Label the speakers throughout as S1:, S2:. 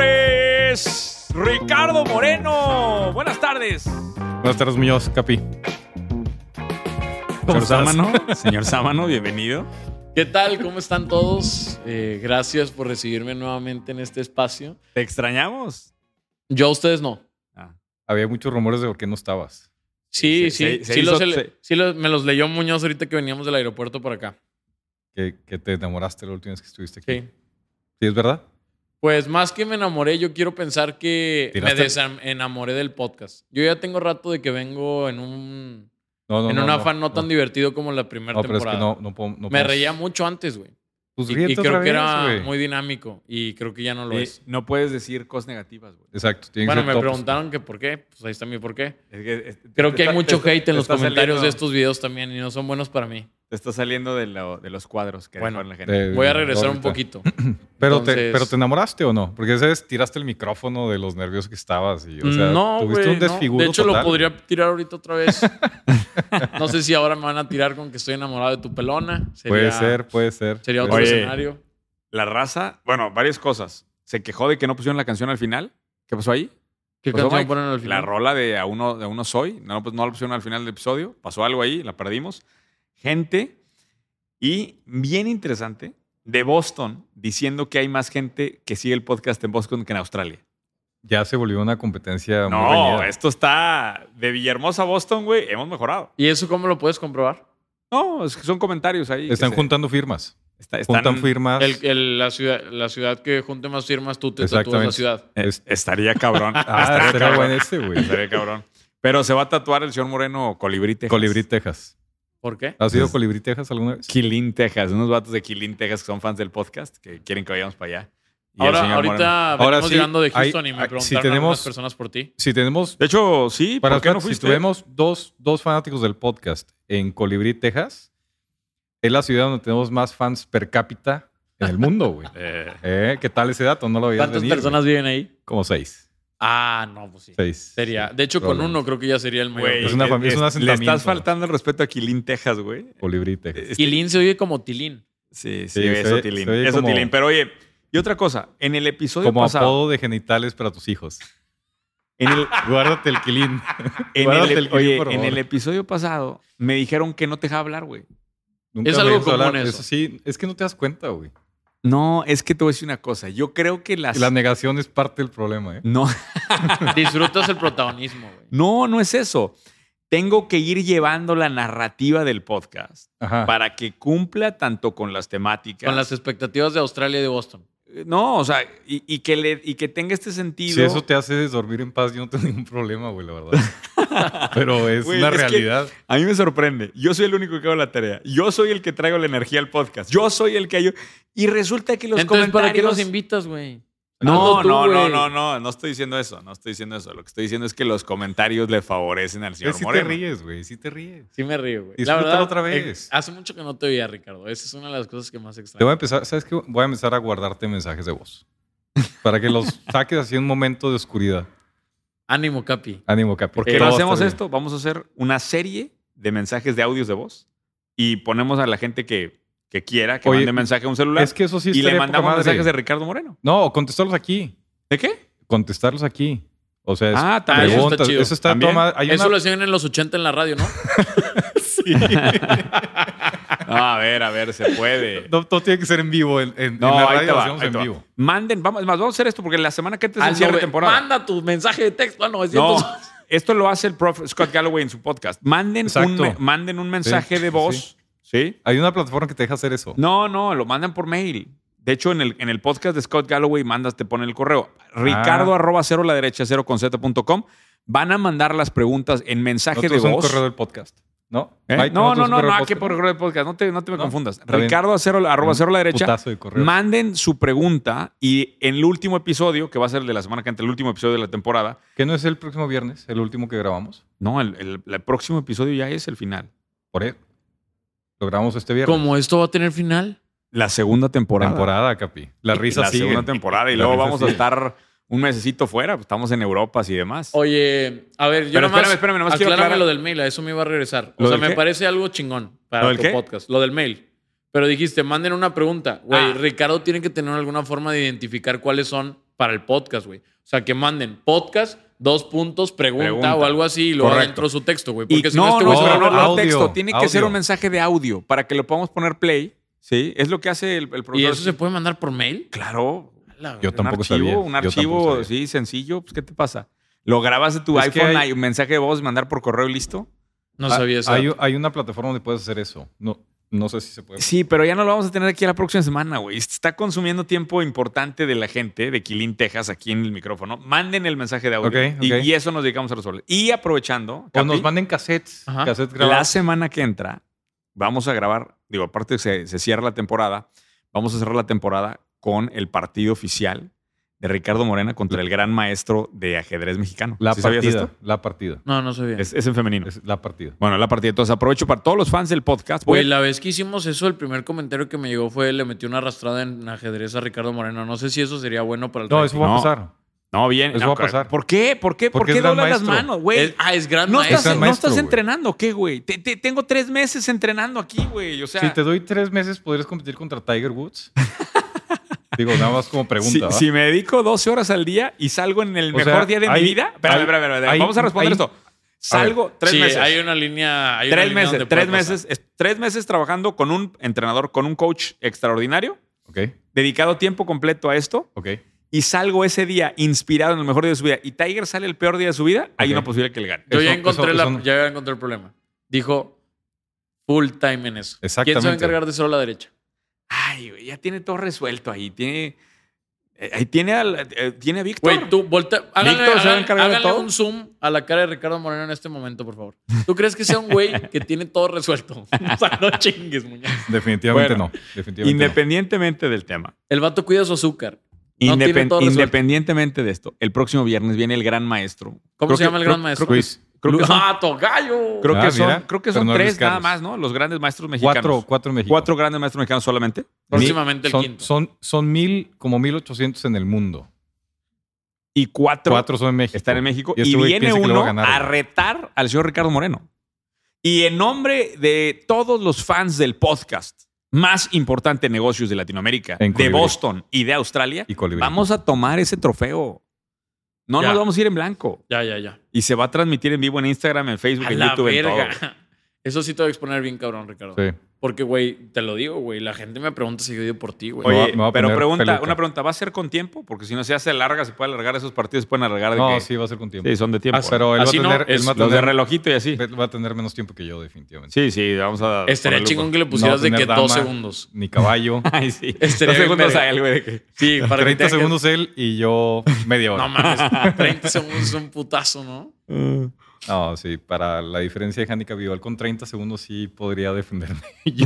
S1: emprendedores. Ricardo Moreno, buenas tardes.
S2: Buenas tardes, Muñoz, Capi.
S1: Señor
S2: estás?
S1: Sámano, señor Sámano, bienvenido.
S3: ¿Qué tal? ¿Cómo están todos? Eh, gracias por recibirme nuevamente en este espacio.
S1: ¿Te extrañamos?
S3: Yo a ustedes no.
S2: Había muchos rumores de por qué no estabas.
S3: Sí,
S1: Se-
S3: sí,
S1: se- se
S3: sí,
S1: hizo-
S3: los ele-
S1: se-
S3: sí los- me los leyó Muñoz ahorita que veníamos del aeropuerto para acá.
S2: Que, que te enamoraste la última vez que estuviste aquí.
S3: Sí.
S2: Sí. ¿Sí es verdad?
S3: Pues más que me enamoré, yo quiero pensar que me
S2: ¿Tiraste?
S3: desenamoré del podcast. Yo ya tengo rato de que vengo en un,
S2: No, no,
S3: en
S2: no,
S3: un
S2: no,
S3: afán no, tan
S2: no.
S3: divertido como la primera
S2: No, pero es
S3: temporada.
S2: que no, no puedo. no
S3: me
S2: podemos-
S3: reía mucho antes, güey.
S2: Pues
S3: Y-
S2: ríete
S3: y creo
S2: otra
S3: que
S2: vez,
S3: era
S2: güey.
S3: muy dinámico y creo que ya no lo
S1: Eh,
S3: es.
S1: no puedes decir cosas negativas, güey.
S2: Exacto. tiene que
S3: Bueno,
S2: ser
S3: me
S2: top.
S3: preguntaron que por qué. Pues ahí está mi por qué.
S1: Es que, es-
S3: Creo
S1: te
S3: que hay
S1: está-
S3: mucho
S1: te-
S3: hate
S1: te
S3: en los
S1: está
S3: comentarios
S1: saliendo-
S3: de estos videos también y no son buenos para mí.
S1: Te está saliendo de, lo- de los cuadros que
S3: Bueno,
S1: dejaron la gente.
S2: Eh,
S3: Voy a regresar
S2: ahorita.
S3: un poquito.
S2: Pero, te,
S3: Entonces-
S2: pero te enamoraste o no? Porque esa vez tiraste el micrófono de los nervios que estabas. Y, o sea,
S3: Mm, no,
S2: tuviste
S3: güey.
S2: un
S3: no.
S2: desfiguro.
S3: De hecho, lo
S2: total.
S3: podría tirar ahorita otra vez. no sé si ahora me van a tirar con que estoy enamorado de tu pelona. Sería-
S2: Puede ser, puede ser.
S3: Sería otro
S2: puede ser.
S1: Oye.
S3: escenario.
S1: La raza, bueno, varias cosas. Se quejó de que no pusieron la canción al final. ¿Qué pasó ahí?
S3: ¿Qué
S1: Pues,
S3: canción
S1: Mike,
S3: ponen al
S1: La
S3: final?
S1: rola de a uno, de a uno soy. No, pues no la pusieron al final del episodio. Pasó algo ahí, la perdimos. Gente. Y bien interesante, de Boston, diciendo que hay más gente que sigue el podcast en Boston que en Australia.
S2: Ya se volvió una competencia muy
S1: No,
S2: reñida.
S1: esto está de Villahermosa a Boston, güey. Hemos mejorado.
S3: ¿Y eso cómo lo puedes comprobar?
S1: No, es que son comentarios ahí. que
S2: Están
S1: se-
S2: juntando firmas.
S1: está- están-
S2: Juntan firmas.
S3: El- el- la, ciudad, la ciudad que junte más firmas, tú te tatúas la
S2: Exactamente.
S3: ciudad.
S1: es- Estaría cabrón.
S2: Ah,
S1: estaría
S2: será
S1: cabrón.
S2: bueno ese, güey.
S1: Estaría cabrón. Pero se va a tatuar el señor Moreno Colibrí, Texas.
S2: Colibrí, Texas.
S3: ¿Por qué?
S2: ¿Has ido a Colibrí, Texas alguna vez?
S1: Quilín, Texas. Unos vatos de Quilín, Texas que son fans del podcast que quieren que vayamos para allá. Y el
S3: Ahora,
S1: señor Moreno-
S3: ahorita
S2: Ahora
S3: venimos
S2: sí,
S3: llegando de
S2: hay-
S3: Houston y me
S2: hay- si
S3: preguntaron
S2: tenemos-
S3: algunas personas por ti.
S2: Si tenemos,
S1: De hecho, sí.
S2: para
S1: ¿Por qué no
S2: Fran, si
S1: fuiste?
S2: tuvimos dos, dos fanáticos del podcast en Colibrí, Texas, es la ciudad donde tenemos más fans per cápita en el mundo, güey.
S1: Eh,
S2: Eh, ¿Qué tal ese dato? No lo habías
S3: ¿Cuántas
S2: venido.
S3: personas viven ahí?
S2: güey. Como seis.
S3: Ah, no, pues sí.
S2: Seis.
S3: Sería. De hecho, con
S2: Probablemente.
S3: uno creo que ya sería el mayor.
S1: güey, eh,
S2: Es una fam- es un
S1: Le
S2: asentamiento.
S1: estás faltando el respeto a Quilín, Texas, güey.
S2: Colibrí, Texas.
S1: Es-
S3: Tilín se oye como Tilín.
S1: Sí, sí,
S2: Sí, se
S1: eso,
S2: oye-
S1: Tilín.
S2: se oye
S1: Eso,
S2: como-
S1: Tilín. Pero oye, y otra cosa. En el episodio
S2: Como
S1: pasado...
S2: apodo de genitales para tus hijos.
S1: En el,
S2: Guárdate el quilín.
S1: en, el,
S2: Guárdate
S1: oye,
S2: el quilín, por
S1: en
S2: favor.
S1: el episodio pasado me dijeron que no te dejaba hablar, güey.
S2: Nunca
S3: Es algo
S2: me dejas
S3: común
S2: hablar.
S3: eso.
S2: Sí, es que no te das cuenta, güey.
S1: No, es que te voy a decir una cosa. Yo creo que las...
S2: La negación es parte del problema, ¿eh?
S1: no,
S3: Disfrutas el protagonismo, güey.
S1: no, no es eso. Tengo que ir llevando la narrativa del podcast
S2: Ajá.
S1: para que cumpla tanto con las temáticas. Eh,
S3: Con las expectativas de Australia y de Boston.
S1: No, o sea, y, y que, le, y que tenga este sentido.
S2: Si eso te hace dormir en paz, yo no tengo ningún problema, güey, la verdad. Pero es
S1: Güey,
S2: una
S1: es que-
S2: realidad.
S1: A mí me sorprende. Yo soy el único que hago la tarea. Yo soy el que traigo la energía al podcast. Yo soy el que hay... Y resulta que los
S3: Entonces, ¿para qué
S1: comentarios...
S3: los invitas, güey?
S1: No,
S3: Hazlo tú,
S1: no, no,
S3: güey.
S1: no, no, no estoy diciendo eso, no estoy diciendo eso. Lo que estoy diciendo es que los comentarios le favorecen al
S2: Si
S1: señor
S2: sí te
S1: Moreno.
S2: ríes, güey, sí te ríes.
S3: Sí me río, güey.
S2: Disfrútalo
S3: La verdad,
S2: otra vez.
S3: eh, hace mucho que no te veía, Ricardo. Esa es una de las cosas que más
S2: Te
S3: extraño.
S2: voy a empezar, ¿sabes qué? Voy a empezar a guardarte mensajes de voz. Para que los saques así en un momento de oscuridad.
S3: Ánimo, Capi.
S2: Ánimo, Capi.
S1: ¿Por qué no hacemos esto? Vamos a hacer una serie de mensajes de audios de voz y ponemos a la gente que, que quiera que
S2: Oye,
S1: mande mensaje a un celular
S2: Es que eso sí
S1: y le
S2: estaría poca
S1: mandamos
S2: madre.
S1: mensajes de Ricardo Moreno.
S2: No, contestarlos aquí.
S1: ¿De qué?
S2: Contestarlos aquí. O sea, es
S1: Ah, también.
S3: eso está
S2: preguntas.
S3: chido.
S2: Eso está,
S1: También.
S2: toma- hay una-
S3: Eso
S2: Este
S3: lo hacían en los 80 en la radio, ¿no?
S1: Ah, a ver, a ver, se puede.
S2: no, no tiene que ser en vivo. En, en- en
S1: No,
S2: la
S1: ahí
S2: radio
S1: te
S2: lo
S1: va,
S2: hacemos
S1: ahí
S2: en
S1: te va.
S2: vivo.
S1: Manden, vamos, es más, vamos a hacer esto porque la semana que antes es
S3: Al
S1: el cierre de
S3: nove-
S1: temporada.
S3: Manda tu mensaje de texto al
S1: No,
S3: 900.
S1: esto lo hace el prof Scott Galloway en su podcast. Manden,
S2: Exacto.
S1: un, me- manden un mensaje
S2: Sí,
S1: de voz. ¿Sí?
S2: Hay una plataforma que te deja hacer eso.
S1: No, no, lo mandan por mail. De hecho, en el, en el podcast de Scott Galloway mandas, te pone el correo.
S2: Ah.
S1: Ricardo arroba cero la derecha cero con z punto com. Van a mandar las preguntas en mensaje
S2: Nosotros
S1: de
S2: un
S1: voz.
S2: correo del podcast. ¿No? ah,
S1: ¿Eh?
S2: Mike,
S1: No, no,
S2: nosotros un
S1: no,
S2: correo
S1: no,
S2: del
S1: aquí por
S2: podcast.
S1: correo del podcast. No te, no te me
S2: No,
S1: confundas.
S2: está bien.
S1: Ricardo cero, arroba
S2: Un
S1: cero la derecha.
S2: putazo de correos.
S1: Manden su pregunta y en el último episodio, que va a ser el de la semana que entra, el último episodio de la temporada.
S2: ¿Que no es el próximo viernes, el último que grabamos?
S1: No, el, el- el próximo episodio ya es el final.
S2: Por eso. Lo grabamos este viernes.
S3: Como esto va a tener final.
S1: La segunda temporada.
S2: Temporada, Capi. La risa
S1: la
S2: sigue.
S1: segunda temporada. Y
S2: La
S1: luego
S2: risa
S1: vamos a
S2: sigue.
S1: estar un mesecito fuera. pues, Estamos en Europa y demás.
S3: Oye, a ver, yo
S1: Pero
S3: nomás.
S1: espérame, espérame, nomás quiero
S3: aclárame
S1: aclarar-
S3: lo del mail, a eso me iba a regresar. O
S1: ¿Lo
S3: sea,
S1: del
S3: me
S1: qué?
S3: parece algo chingón para
S1: ¿Lo del
S3: tu
S1: qué?
S3: podcast. Lo del mail. Pero dijiste, manden una pregunta. Güey,
S1: Ah.
S3: Ricardo tiene que tener alguna forma de identificar cuáles son para el podcast, güey. O sea, que manden podcast, dos puntos, pregunta,
S1: Pregunta.
S3: o algo así y luego
S1: Correcto.
S3: adentro su texto, güey.
S1: Y
S3: Porque si no,
S1: no,
S3: este
S1: no,
S3: güey
S2: se
S1: pero no,
S2: va a
S1: no,
S2: audio,
S1: texto. Tiene que ser
S2: audio.
S1: un mensaje de audio para que lo podamos poner play. Sí, es lo que hace el, el profesor.
S3: ¿Y eso se puede mandar por mail?
S1: Claro.
S3: Ala,
S2: Yo
S3: güey.
S2: tampoco
S1: un archivo,
S2: sabía,
S1: un
S2: yo
S1: archivo,
S2: tampoco sabía.
S1: sí, sencillo. Pues, ¿qué te pasa? Lo grabas de tu
S2: Es que
S1: iPhone, hay...
S2: hay-
S1: un mensaje de voz, mandar por correo y listo.
S3: no
S2: Ah,
S3: sabía eso.
S2: Hay, hay una plataforma donde puedes hacer eso. No, no sé si se puede.
S1: Sí, pero ya no lo vamos a tener aquí la próxima semana, güey. Está consumiendo tiempo importante de la gente de Quilín, Texas, aquí en el micrófono. Manden el mensaje de audio.
S2: Ok,
S1: y,
S2: ok.
S1: y eso nos dedicamos a resolver. Y aprovechando,
S2: O
S1: Capi,
S2: nos manden cassettes.
S3: Ajá.
S2: Cassettes
S1: la
S2: grabados.
S1: semana que entra vamos a grabar, digo, aparte se, se cierra la temporada, vamos a cerrar la temporada con el partido oficial de Ricardo Morena contra el gran maestro de ajedrez mexicano.
S2: La
S1: ¿Sí sabías
S2: partida.
S1: esto?
S2: La partida.
S3: No, no sabía.
S1: Es, es en femenino.
S2: Es la partida.
S1: Bueno, la partida. Entonces aprovecho para todos los fans del podcast. Voy
S3: Güey,
S1: a-
S3: la vez que hicimos eso, el primer comentario que me llegó fue le metió una arrastrada en ajedrez a Ricardo Moreno. No sé si eso sería bueno para el
S2: No,
S3: rating.
S2: eso va
S1: No.
S2: a pasar.
S1: No, bien.
S2: Eso
S1: no,
S2: va a pasar.
S1: ¿Por qué? ¿Por qué? ¿Por
S2: Porque
S1: qué
S2: es gran
S1: doblas las
S2: maestro.
S1: manos, güey?
S3: Es- ah, es gran
S1: No
S3: maestro.
S1: estás,
S2: gran
S1: no
S2: maestro,
S1: estás
S2: güey.
S1: entrenando, ¿qué, güey? Te- te- tengo tres meses entrenando aquí, güey. O sea,
S2: si te doy tres meses, ¿podrías competir contra Tiger Woods? Digo, nada más como
S1: si,
S2: pregunta. ¿va?
S1: si me dedico 12 horas al día y salgo en el
S2: ¿ah? O
S1: mejor
S2: sea,
S1: día de
S2: hay-
S1: mi vida. Espérame,
S2: hay-
S1: espérame, espérame,
S2: hay-
S1: Vamos a responder
S2: hay-
S1: esto. Salgo tres
S3: Sí,
S1: meses.
S3: hay una línea. hay una
S1: Tres
S3: línea
S1: meses,
S3: donde
S1: tres
S3: puede pasar.
S1: meses, es- tres meses trabajando con un entrenador, con un coach extraordinario,
S2: Ok,
S1: dedicado tiempo completo a esto,
S2: ok.
S1: y salgo ese día inspirado en el mejor día de su vida, y Tiger sale el peor día de su vida, hay
S2: Ok.
S1: una posibilidad que le gane.
S3: Yo ya
S2: Eso-
S3: encontré,
S2: eso-
S3: la,
S2: eso no.
S3: ya encontré el problema. Dijo full time en eso. ¿Quién se va a
S2: Exactamente.
S3: encargar de solo la derecha?
S1: Ay, güey, ya tiene todo resuelto ahí. Tiene. eh, ahí tiene al- eh, tiene a Víctor.
S3: Güey, tú voltea. Háganle,
S1: Víctor se va a
S3: háganle-
S1: encargar de
S3: háganle
S1: todo.
S3: un zoom a la cara de Ricardo Moreno en este momento, por favor. ¿Tú crees que sea un güey que tiene todo resuelto? O sea, no chingues, muñeco.
S2: Definitivamente
S1: Bueno,
S2: no. Definitivamente no.
S1: Independientemente del tema.
S3: El vato cuida su azúcar. No tiene
S1: indepen-
S3: todo resuelto.
S1: independientemente de esto. El próximo viernes viene el gran maestro.
S3: ¿Cómo
S1: Creo
S3: se
S1: que-
S3: llama el
S1: creo-
S3: gran maestro?
S1: Creo,
S2: Luis,
S1: creo que son,
S3: ¡Ah, tocayo!
S1: creo
S2: Ah,
S1: que son-
S2: mira,
S1: creo que
S2: pero
S1: son
S2: no Luis
S1: tres nada
S2: Carlos.
S1: más, ¿no? Los grandes maestros mexicanos.
S2: Cuatro, cuatro en México.
S1: Cuatro grandes maestros mexicanos solamente.
S3: Próximamente el
S2: son,
S3: quinto.
S2: Son, son mil, como mil ochocientos en el mundo.
S1: Y cuatro,
S2: Cuatro son en México.
S1: están en México. Y,
S2: este güey
S1: viene
S2: piensa que le
S1: uno
S2: va
S1: a,
S2: a ganar, güey.
S1: retar al señor Ricardo Moreno. Y en nombre de todos los fans del podcast más importante de negocios de Latinoamérica,
S2: En
S1: de
S2: Colibrí.
S1: Boston y de Australia,
S2: Y colibrí.
S1: vamos a tomar ese trofeo. No
S3: Ya.
S1: nos vamos a ir en blanco.
S3: Ya, ya, ya.
S1: Y se va a transmitir en vivo en Instagram, en Facebook,
S3: A
S1: en
S3: la
S1: YouTube, en todo.
S3: verga. Eso sí te voy a exponer bien, cabrón, Ricardo.
S2: Sí.
S3: Porque, güey, te lo digo, güey. La gente me pregunta si yo digo por ti, güey.
S2: Me
S1: Oye,
S2: va- me va a
S1: pero
S2: poner
S1: pregunta,
S2: peluca.
S1: una pregunta, ¿va a ser con tiempo? Porque si no se hace larga, se puede alargar esos partidos, se pueden alargar de
S2: No,
S1: que-
S2: sí, va a ser con tiempo.
S1: Sí, son de tiempo.
S3: Ah,
S2: Pero él va, a
S3: Así no,
S2: tener, él
S3: es-
S2: va a
S1: los de
S2: tener-
S1: relojito y así.
S2: él va a tener menos tiempo que yo, definitivamente.
S1: Sí, sí, vamos a.
S3: Estaría
S1: ponerlo
S3: chingón
S1: con-
S3: que le pusieras
S2: No
S3: de que
S2: tener
S3: dos
S2: dama,
S3: segundos.
S2: Ni caballo.
S1: Ay, sí.
S3: Estaría
S1: Dos
S3: bien
S1: segundos
S3: verga.
S1: a él, güey, de que-
S3: Sí, para que
S2: 30
S3: tenga que-
S2: segundos él y yo media hora.
S3: No mames, 30 segundos es un putazo, ¿no?
S2: No, sí, para la diferencia de handicap igual con 30 segundos sí podría defenderme yo.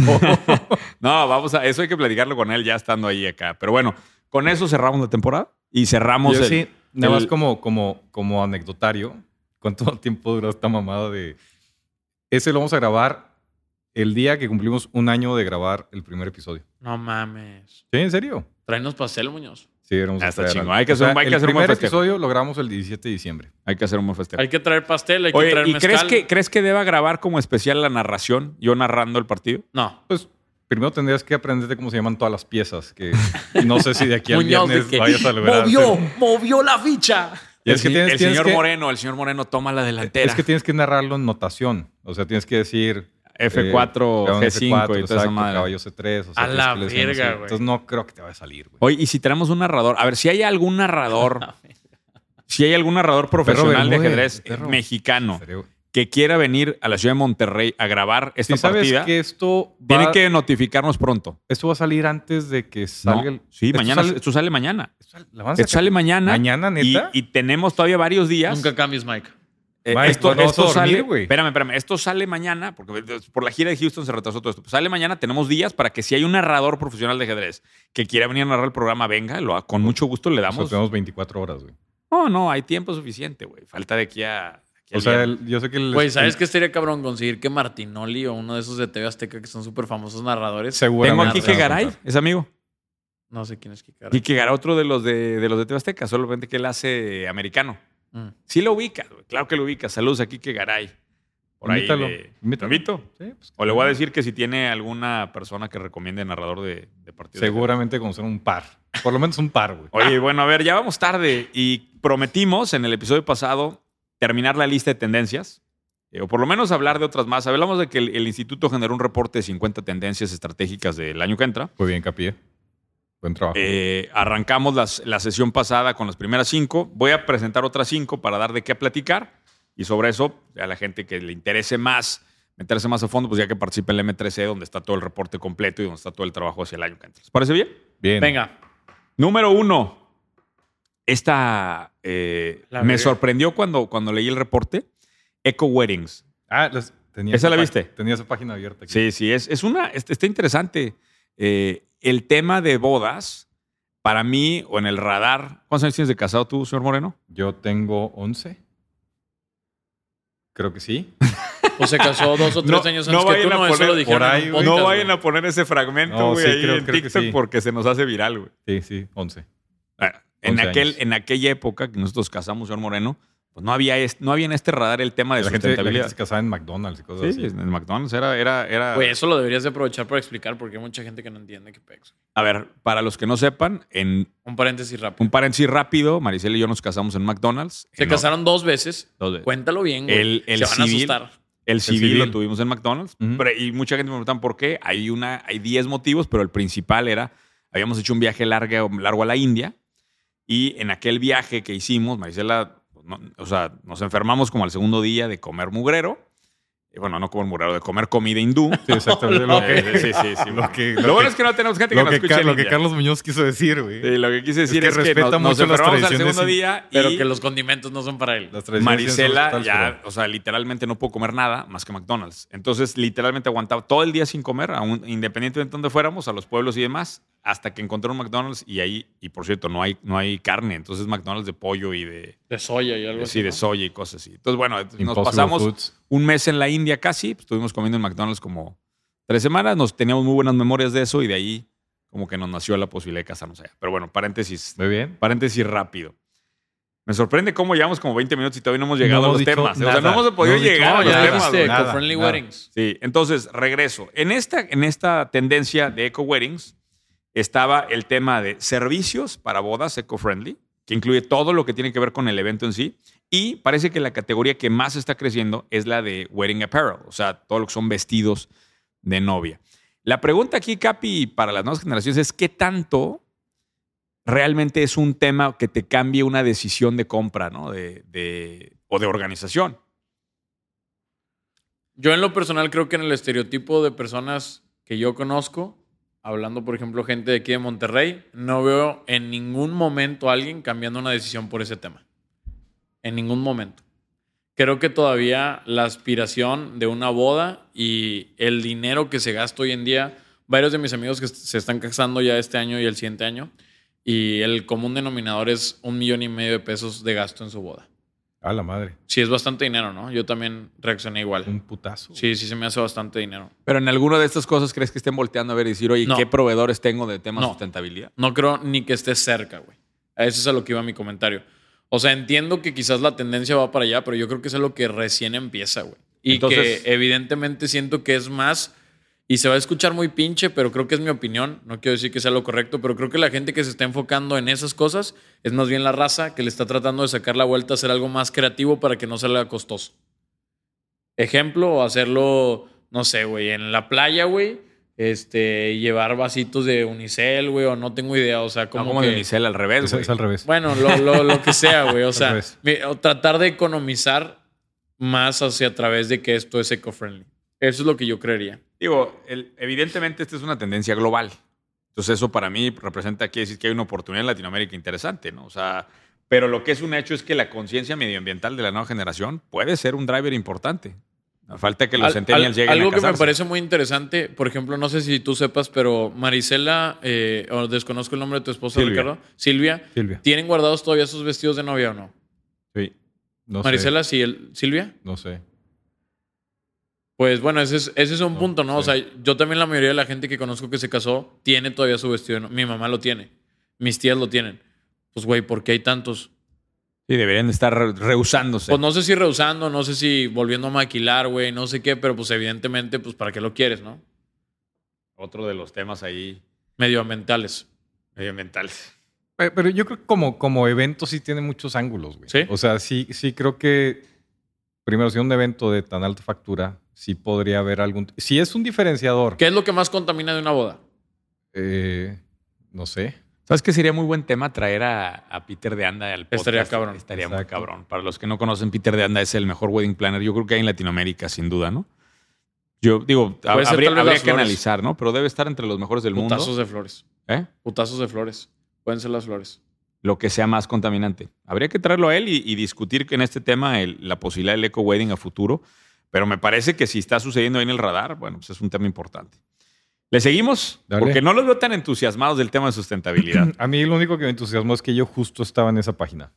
S1: No, vamos a. Eso hay que platicarlo con él ya estando ahí acá. Pero bueno, con eso cerramos la temporada y cerramos.
S2: Yo
S1: el-
S2: sí, nada
S1: el-
S2: más como, como, como anecdotario, ¿cuánto tiempo duró esta mamada de... Ese lo vamos a grabar el día que cumplimos un año de grabar el primer episodio.
S3: No mames.
S2: ¿Sí? ¿En serio?
S3: Tráenos pastel, Muñoz.
S2: Sí, éramos
S1: Ah, está chingón. Hay que hacer un- hay que
S2: el
S1: hacer un buen
S2: primer
S1: festejo.
S2: episodio lo grabamos el 17 de diciembre.
S1: Hay que hacer un buen festejo.
S3: Hay que traer pastel, hay que
S1: Oye,
S3: traer
S1: ¿y
S3: mezcal.
S1: crees que, crees que deba grabar como especial la narración? Yo narrando el partido.
S3: No.
S2: Pues primero tendrías que aprenderte cómo se llaman todas las piezas, que no sé si de aquí al
S3: Muñoz de
S2: viernes
S3: que
S2: vayas a lograr.
S3: movió,
S2: hacer.
S3: movió la ficha.
S2: Y es que
S1: el
S2: tienes-
S1: el
S2: tienes
S1: señor
S2: que-
S1: Moreno, el señor Moreno toma la delantera.
S2: Es que tienes que narrarlo en notación. O sea, tienes que decir.
S1: F4,
S2: eh, cabrón,
S1: G5 y toda esa
S2: exacto,
S1: madre.
S2: Caballo C3. O sea,
S3: A
S2: tienes
S3: la
S2: que leer,
S3: verga,
S2: no sé.
S3: güey.
S2: Entonces no creo que te vaya a salir, güey.
S1: Oye, y si tenemos un narrador, a ver si hay algún narrador, si hay algún narrador profesional de
S2: Bermúdez,
S1: ajedrez
S2: perro.
S1: mexicano
S2: Estaría, güey.
S1: que quiera venir a la ciudad de Monterrey a grabar esta
S2: Si sabes
S1: partida,
S2: que esto va,
S1: tiene que notificarnos pronto.
S2: esto va a salir antes de que
S1: ¿no?
S2: salga el.
S1: Sí,
S2: esto
S1: mañana.
S2: sale-
S1: esto sale mañana.
S2: esto sale- la van a
S1: Esto
S2: sacar.
S1: sale mañana.
S2: ¿Mañana,
S1: y,
S2: neta?
S1: y tenemos todavía varios días.
S3: Nunca cambies, Mike.
S1: Eh,
S2: Mike,
S1: esto,
S2: no vas
S1: esto
S2: a dormir,
S1: sale,
S2: güey.
S1: espérame, espérame. Esto sale mañana, porque eh, por la gira de Houston se retrasó todo esto. Sale mañana, tenemos días para que si hay un narrador profesional de ajedrez que quiera venir a narrar el programa, venga, lo, con mucho gusto le
S2: O sea,
S1: damos.
S2: tenemos 24 horas, güey.
S1: No, no, hay tiempo suficiente, güey. Falta de aquí a. aquí
S2: O
S1: al
S2: sea,
S1: viernes.
S2: el- yo sé que. el-
S3: Güey, ¿sabes qué estaría cabrón conseguir que Martinoli o uno de esos de TV Azteca que son súper famosos narradores?
S1: tengo
S2: Seguramente
S1: aquí
S3: aquí
S1: que
S2: te van a
S1: Garay,
S2: contar.
S1: es amigo.
S3: No sé quién es Kikara.
S1: Y que Garay, otro de los de, de los de TV Azteca, solamente que él hace americano.
S3: Mm.
S1: Sí lo ubicas, güey. claro que lo ubicas. Saludos aquí que Garay. Por ahí
S2: Invítalo,
S1: de-
S2: invítalo.
S1: ¿Lo invito?
S2: Sí, pues,
S1: O le voy a decir que si tiene alguna persona que recomiende narrador de, de partidos.
S2: Seguramente conocer un par. Por lo menos un par, güey.
S1: Oye, bueno, a ver, ya vamos tarde y prometimos en el episodio pasado terminar la lista de tendencias, eh, o por lo menos hablar de otras más. Hablamos de que el, el instituto generó un reporte de 50 tendencias estratégicas del año que entra.
S2: Muy bien, Capié. Buen trabajo.
S1: Eh, arrancamos las- la sesión pasada con las primeras cinco. Voy a presentar otras cinco para dar de qué platicar y sobre eso a la gente que le interese más meterse más a fondo, pues ya que participe en el M3E, donde está todo el reporte completo y donde está todo el trabajo hacia el año que entra. ¿Les parece bien?
S2: bien.
S3: Venga.
S1: Número uno. Esta eh,
S3: La
S1: me
S3: verga.
S1: sorprendió cuando, cuando leí el reporte. Eco Weddings.
S2: Ah, las- tenía
S1: ¿Esa la
S2: pa-
S1: viste?
S2: Tenía esa página abierta. aquí.
S1: Sí, sí, es, es una. es- está interesante. Eh, el tema de bodas, para mí, o en el radar. ¿Cuántos años tienes de casado tú, señor Moreno?
S2: Yo tengo 11. Creo que sí.
S3: O Pues se casó dos o tres
S1: No,
S3: años
S1: no
S3: antes que tú,
S1: vayan a
S3: no, eso
S1: poner
S3: lo
S1: por
S3: dijeron
S2: ahí,
S3: en un
S2: güey.
S3: podcast,
S1: no
S3: güey.
S1: vayan a poner ese fragmento,
S2: No,
S1: güey,
S2: sí,
S1: ahí
S2: creo-
S1: en
S2: creo que
S1: TikTok
S2: sí.
S1: porque se nos hace viral, güey.
S2: Sí, sí, 11.
S1: Ah, En,
S2: 11
S1: aquel,
S2: años.
S1: en aquella época que nosotros casamos, señor Moreno, pues no había, est- no había en este radar el tema de
S2: La gente, la
S1: sustentabilidad.
S2: gente se casaba en McDonald's y cosas
S1: Sí,
S2: así.
S1: en el McDonald's era, era, era-
S3: Güey, eso lo deberías de aprovechar para explicar porque hay mucha gente que no entiende qué pex.
S1: A ver, para los que no sepan, en
S3: Un paréntesis rápido.
S1: un paréntesis rápido, Maricel y yo nos casamos en McDonald's.
S3: Se
S1: En-
S3: casaron dos veces.
S1: dos veces.
S3: Cuéntalo bien, güey.
S1: El- el
S3: se van
S1: civil-
S3: a asustar.
S1: El civil,
S2: civil.
S1: lo tuvimos en McDonald's.
S2: Ujú.
S1: pero- y mucha gente me preguntan por qué. Hay una, hay 10 motivos, pero el principal era, habíamos hecho un viaje largo, largo a la India y en aquel viaje que hicimos, Marisela, no- o sea, nos enfermamos como al segundo día de comer mugrero. Y bueno, no comer mugrero, de comer comida hindú.
S2: Sí, exactamente. lo,
S3: No, no.
S2: que,
S1: Eh, sí, sí, sí.
S2: lo que-
S1: Lo,
S2: lo
S1: bueno
S2: que-
S1: es que no tenemos gente que
S2: lo
S1: nos
S2: que
S1: escuche
S2: Car-
S1: en
S2: lo que
S1: India.
S2: Carlos Muñoz quiso decir, güey.
S1: Sí, lo que quise decir
S2: que
S1: es que,
S2: respeta
S1: nos, nos
S2: mucho las
S1: enfermamos al
S2: tradiciones
S1: segundo
S2: y-
S1: día y
S3: Pero que los condimentos no son para él.
S2: Las tradiciones
S1: Marisela
S2: tienen sus
S1: ya,
S2: respetos,
S1: o sea, literalmente no puedo comer nada más que McDonald's. Entonces, literalmente aguantaba todo el día sin comer, aún, independientemente de dónde fuéramos, a los pueblos y demás, hasta que encontré un McDonald's y ahí, y por cierto, no hay, no hay carne, entonces McDonald's de pollo y de,
S3: De soya y algo
S1: de-
S3: así.
S1: sí, de
S3: ¿no?
S1: soya y cosas así. Entonces, bueno,
S2: pero-
S1: nos
S2: Impossible
S1: pasamos
S2: Foods.
S1: un mes en la India casi, pues, estuvimos comiendo en McDonald's como tres semanas, nos teníamos muy buenas memorias de eso y de ahí como que nos nació la posibilidad de casarnos allá. Pero bueno, paréntesis
S2: Muy bien.
S1: Paréntesis rápido. Me sorprende cómo llevamos como 20 minutos y todavía no hemos llegado
S2: No
S1: a los
S2: hemos dicho
S1: temas. O sea,
S2: nada.
S1: no hemos podido
S2: No hemos dicho
S1: llegar
S3: No,
S1: a los
S3: ya
S2: nada,
S1: temas.
S3: dijiste,
S1: güey.
S2: nada,
S3: eco-friendly
S2: nada.
S3: weddings.
S1: Sí, entonces regreso. En esta, en esta tendencia de eco weddings estaba el tema de servicios para bodas eco-friendly, que incluye todo lo que tiene que ver con el evento en sí. Y parece que la categoría que más está creciendo es la de wedding apparel, o sea, todo lo que son vestidos de novia. La pregunta aquí, Capi, para las nuevas generaciones es qué tanto realmente es un tema que te cambie una decisión de compra, ¿no? De, de- o de organización.
S3: Yo en lo personal creo que en el estereotipo de personas que yo conozco, hablando por ejemplo gente de aquí de Monterrey, no veo en ningún momento a alguien cambiando una decisión por ese tema. En ningún momento. Creo que todavía la aspiración de una boda y el dinero que se gasta hoy en día, varios de mis amigos que se están casando ya este año y el siguiente año, y el común denominador es un millón y medio de pesos de gasto en su boda.
S2: A la madre.
S3: Sí, es bastante dinero, ¿no? Yo también reaccioné igual.
S2: Un putazo.
S3: Sí, sí se me hace bastante dinero.
S1: Pero en alguna de estas cosas crees que estén volteando a ver y decir, oye,
S3: No.
S1: ¿qué proveedores tengo de temas de
S3: No.
S1: sustentabilidad?
S3: No creo ni que esté cerca, güey. A eso es a lo que iba mi comentario. O sea, entiendo que quizás la tendencia va para allá, pero yo creo que es a lo que recién empieza, güey. Y
S1: Entonces-
S3: que evidentemente siento que es más, y se va a escuchar muy pinche, pero creo que es mi opinión. No quiero decir que sea lo correcto, pero creo que la gente que se está enfocando en esas cosas es más bien la raza que le está tratando de sacar la vuelta a hacer algo más creativo para que no salga costoso. Ejemplo, hacerlo, no sé, güey, en la playa, güey. Este, llevar vasitos de unicel, güey, o no tengo idea, o sea,
S1: Como,
S3: como,
S1: como
S3: que...
S1: de Unicel al revés,
S2: Es,
S1: güey.
S2: es al revés.
S3: Bueno, lo, lo- lo que sea, güey. O sea,
S2: revés.
S3: mi- o tratar de economizar más hacia a tevés de que esto es eco-friendly. Eso es lo que yo creería.
S1: Digo, el- evidentemente esta es una tendencia global. Entonces eso para mí representa, quiere decir que hay una oportunidad en Latinoamérica interesante, ¿no? O sea, pero lo que es un hecho es que la conciencia medioambiental de la nueva generación puede ser un driver importante. A falta que los
S3: Al-
S1: centennials
S3: al-
S1: lleguen
S3: Algo
S1: a
S3: que me
S1: casarse.
S3: parece muy interesante, por ejemplo, no sé si tú sepas, pero Marisela, eh, o desconozco el nombre de tu esposa,
S1: Silvia.
S3: Ricardo, Silvia,
S2: Silvia.
S3: ¿tienen guardados todavía sus vestidos de novia o no?
S2: Sí. No
S3: Marisela, sí, el- Silvia.
S2: Sé. No sé.
S3: Pues bueno, ese es, ese es un
S2: No,
S3: punto, ¿no? O
S2: sí.
S3: sea, yo también la mayoría de la gente que conozco que se casó tiene todavía su vestido. de no- Mi mamá lo tiene, mis tías lo tienen. Pues güey, ¿por qué hay tantos?
S1: Y deberían de estar re- rehusándose.
S3: Pues no sé si rehusando, no sé si volviendo a maquilar, güey, no sé qué, pero pues evidentemente, pues para qué lo quieres, ¿no?
S1: Otro de los temas ahí
S3: Medioambientales.
S1: medioambientales.
S2: Eh, Pero yo creo que como, como evento sí tiene muchos ángulos, güey.
S3: Sí.
S2: O sea, sí, sí creo que, primero, si un evento de tan alta factura, sí podría haber algún... Si es un diferenciador,
S3: ¿Qué es lo que más contamina de una boda?
S2: eh, no sé.
S1: ¿Sabes qué sería muy buen tema traer a, a Peter de Anda al podcast?
S3: Estaría cabrón.
S1: Estaría muy
S2: Exacto.
S1: cabrón. Para los que no conocen, Peter de Anda es el mejor wedding planner. Yo creo que hay en Latinoamérica, sin duda, ¿no? Yo digo, hab-
S3: Puede
S1: habría,
S3: ser tal vez
S1: habría
S3: las
S1: que
S3: flores.
S1: analizar, ¿no? Pero debe estar entre los mejores del
S3: Putazos
S1: mundo.
S3: de flores.
S1: ¿eh?
S3: Putazos de flores. Pueden ser las flores.
S1: Lo que sea más contaminante. Habría que traerlo a él y, y discutir que en este tema el- la posibilidad del eco wedding a futuro. Pero me parece que si está sucediendo ahí en el radar, bueno, pues es un tema importante. ¿Le seguimos?
S2: Dale.
S1: Porque no los veo tan entusiasmados del tema de sustentabilidad.
S2: A mí lo único que me entusiasmó es que yo justo estaba en esa página.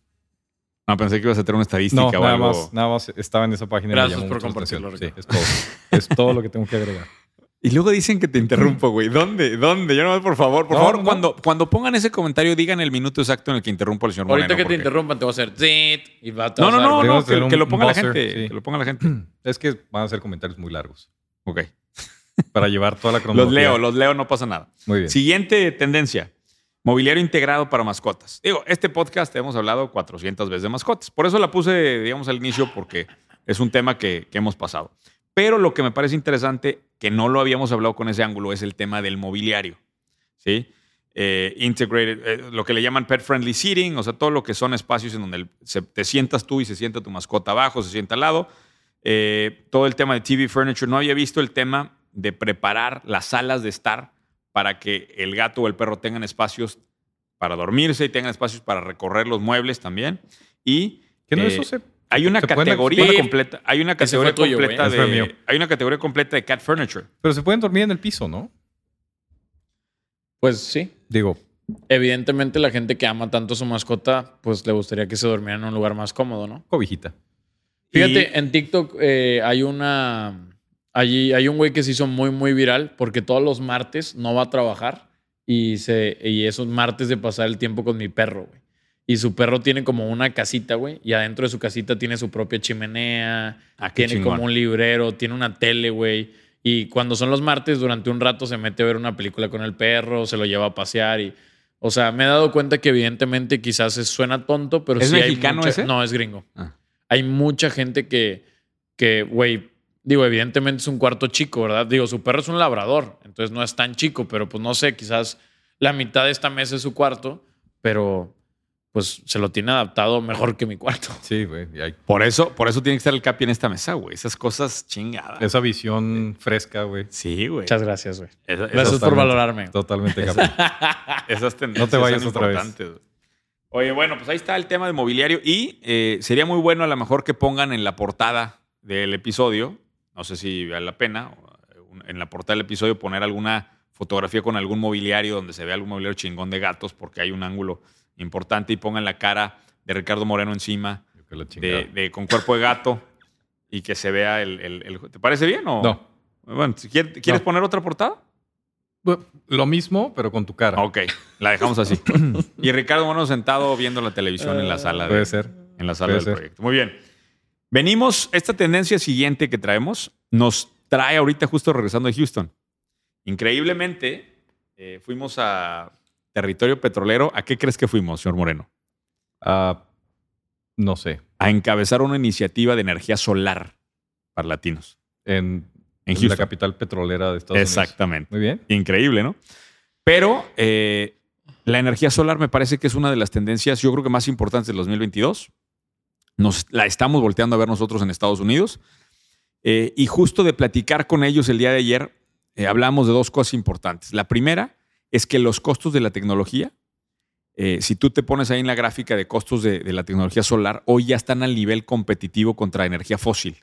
S1: No, pensé que ibas a tener una estadística
S2: No,
S1: o
S2: nada
S1: algo.
S2: más, nada más estaba en esa página. y me
S3: Gracias
S2: llamó
S3: por
S2: mucho la atención.
S3: compartirlo,
S2: Sí, es todo. es todo lo que tengo que agregar.
S1: Y luego dicen que te interrumpo, güey. ¿Dónde? ¿Dónde? Yo no, por favor, por
S2: No,
S1: favor,
S2: no, no.
S1: cuando, cuando pongan ese comentario, digan el minuto exacto en el que interrumpo al señor
S3: Ahorita
S1: Moreno,
S3: que te
S1: porque-
S3: interrumpan, te voy a hacer. zit, Y va, te
S1: No,
S3: vas a
S1: no,
S3: dar-
S1: no,
S2: Debemos
S1: no, que,
S2: hacer un
S1: que lo ponga la
S2: buzzer,
S1: gente.
S2: sí.
S1: Que lo ponga la gente.
S2: Es que van a ser comentarios muy largos
S1: Ok.
S2: para llevar toda la cronología.
S1: Los leo, los leo, no pasa nada.
S2: Muy bien.
S1: Siguiente tendencia. Mobiliario integrado para mascotas. Digo, este podcast hemos hablado 400 veces de mascotas. Por eso la puse, digamos, al inicio porque es un tema que, que hemos pasado. Pero lo que me parece interesante, que no lo habíamos hablado con ese ángulo, es el tema del mobiliario. ¿Sí? Eh, integrated, eh, lo que le llaman pet friendly seating, o sea, todo lo que son espacios en donde el- se- te sientas tú y se sienta tu mascota abajo, se sienta al lado. Eh, todo el tema de TV furniture. No había visto el tema de preparar las salas de estar para que el gato o el perro tengan espacios para dormirse y tengan espacios para recorrer los muebles también. Y
S2: ¿Qué no
S1: eh,
S2: eso se...
S1: hay una
S2: se pueden-
S1: categoría
S3: Sí.
S1: completa. Hay una
S3: Ese fue
S1: categoría
S3: tuyo, güey.
S1: completa
S2: Ese fue mío.
S1: de. Hay una categoría completa de cat furniture.
S2: Pero se pueden dormir en el piso, ¿no?
S3: Pues sí.
S2: Digo,
S3: Evidentemente, la gente que ama tanto a su mascota, pues le gustaría que se durmiera en un lugar más cómodo, ¿no?
S2: cobijita.
S3: Fíjate,
S1: Y-
S3: en TikTok eh, hay una. Allí hay un güey que se hizo muy, muy viral porque todos los martes no va a trabajar y, se, y esos martes de pasar el tiempo con mi perro, güey. Y su perro tiene como una casita, güey. Y adentro de su casita tiene su propia chimenea,
S1: Ah, qué
S3: tiene
S1: chingón.
S3: como un librero, tiene una tele, güey. Y cuando son los martes, durante un rato se mete a ver una película con el perro, se lo lleva a pasear y. O sea, me he dado cuenta que evidentemente quizás es- suena tonto, pero
S1: ¿Es
S3: sí hay
S1: mexicano
S3: mucha-
S1: ese?
S3: No, es gringo
S1: Ah.
S3: hay mucha gente que, que, güey, digo, evidentemente es un cuarto chico, ¿verdad? Digo, su perro es un labrador, entonces no es tan chico, pero pues no sé, quizás la mitad de esta mesa es su cuarto, pero pues se lo tiene adaptado mejor que mi cuarto.
S2: Sí, güey. y hay
S1: Por eso, por eso tiene que estar el capi en esta mesa, güey. Esas cosas chingadas.
S2: Esa visión fresca, güey.
S1: Sí, güey.
S3: Muchas gracias, güey.
S1: Esa- esas-
S3: Gracias por
S2: totalmente.
S3: valorarme.
S2: Totalmente capaz.
S1: Esas tendencias
S2: No te vayas
S1: son
S2: otra vez.
S1: importantes, güey. Oye, bueno, pues ahí está el tema de mobiliario y eh, sería muy bueno a lo mejor que pongan en la portada del episodio, no sé si vale la pena, o, eh, un- en la portada del episodio poner alguna fotografía con algún mobiliario donde se vea algún mobiliario chingón de gatos porque hay un ángulo importante y pongan la cara de Ricardo Moreno encima,
S2: Que la chingada.
S1: de, de- con cuerpo de gato y que se vea el... el- el- ¿Te parece bien o...?
S2: No.
S1: Bueno, si quiere- ¿quieres
S2: No.
S1: poner otra portada?
S2: Bu- Lo mismo, pero con tu cara.
S1: Ok, la dejamos así. y Ricardo Moreno sentado viendo la televisión en la sala,
S2: Ah, Puede
S1: de,
S2: ser.
S1: en la sala
S2: puede
S1: del
S2: ser.
S1: proyecto. Muy bien. Venimos, esta tendencia siguiente que traemos nos trae ahorita justo regresando de Houston. Increíblemente, eh, fuimos a territorio petrolero. ¿A qué crees que fuimos, señor Moreno?
S2: Ah, no sé.
S1: A encabezar una iniciativa de energía solar para latinos
S2: En,
S1: en
S2: la
S1: Houston.
S2: capital petrolera de Estados
S1: Exactamente.
S2: Unidos. Muy bien.
S1: Increíble, ¿no? Pero eh, la energía solar me parece que es una de las tendencias, yo creo que más importantes del 2022. Nos, la estamos volteando a ver nosotros en Estados Unidos. Eh, y justo de platicar con ellos el día de ayer, eh, hablamos de dos cosas importantes. La primera es que los costos de la tecnología, eh, si tú te pones ahí en la gráfica de costos de, de la tecnología solar, hoy ya están al nivel competitivo contra energía fósil.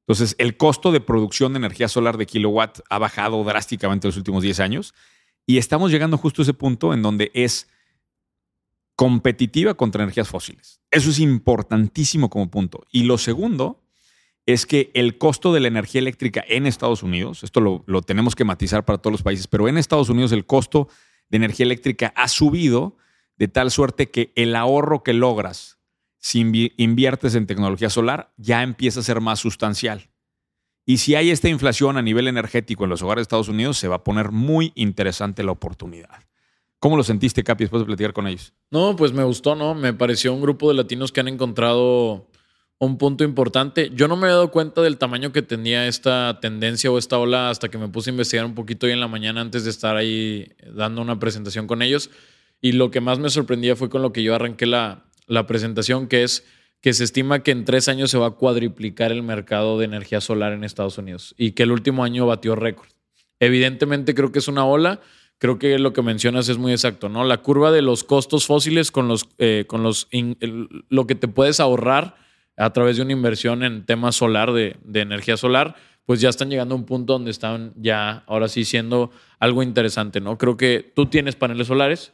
S1: Entonces, el costo de producción de energía solar de kilowatt ha bajado drásticamente en los últimos 10 años y estamos llegando justo a ese punto en donde es competitiva contra energías fósiles. Eso es importantísimo como punto. Y lo segundo es que el costo de la energía eléctrica en Estados Unidos, esto lo, lo tenemos que matizar para todos los países, pero en Estados Unidos el costo de energía eléctrica ha subido de tal suerte que el ahorro que logras si invi- inviertes en tecnología solar, ya empieza a ser más sustancial. Y si hay esta inflación a nivel energético en los hogares de Estados Unidos, se va a poner muy interesante la oportunidad. ¿Cómo lo sentiste, Capi, después de platicar con ellos?
S3: No, pues me gustó, ¿no? Me pareció un grupo de latinos que han encontrado un punto importante. Yo no me había dado cuenta del tamaño que tenía esta tendencia o esta ola hasta que me puse a investigar un poquito hoy en la mañana antes de estar ahí dando una presentación con ellos. Y lo que más me sorprendía fue con lo que yo arranqué la, la presentación, que es que se estima que en tres años se va a cuadriplicar el mercado de energía solar en Estados Unidos y que el último año batió récord. Evidentemente creo que es una ola, creo que lo que mencionas es muy exacto, ¿no? La curva de los costos fósiles con los, eh, con los in- el- lo que te puedes ahorrar a través de una inversión en temas solar, de, de energía solar, pues ya están llegando a un punto donde están ya ahora sí siendo algo interesante, ¿no? Creo que tú tienes paneles solares,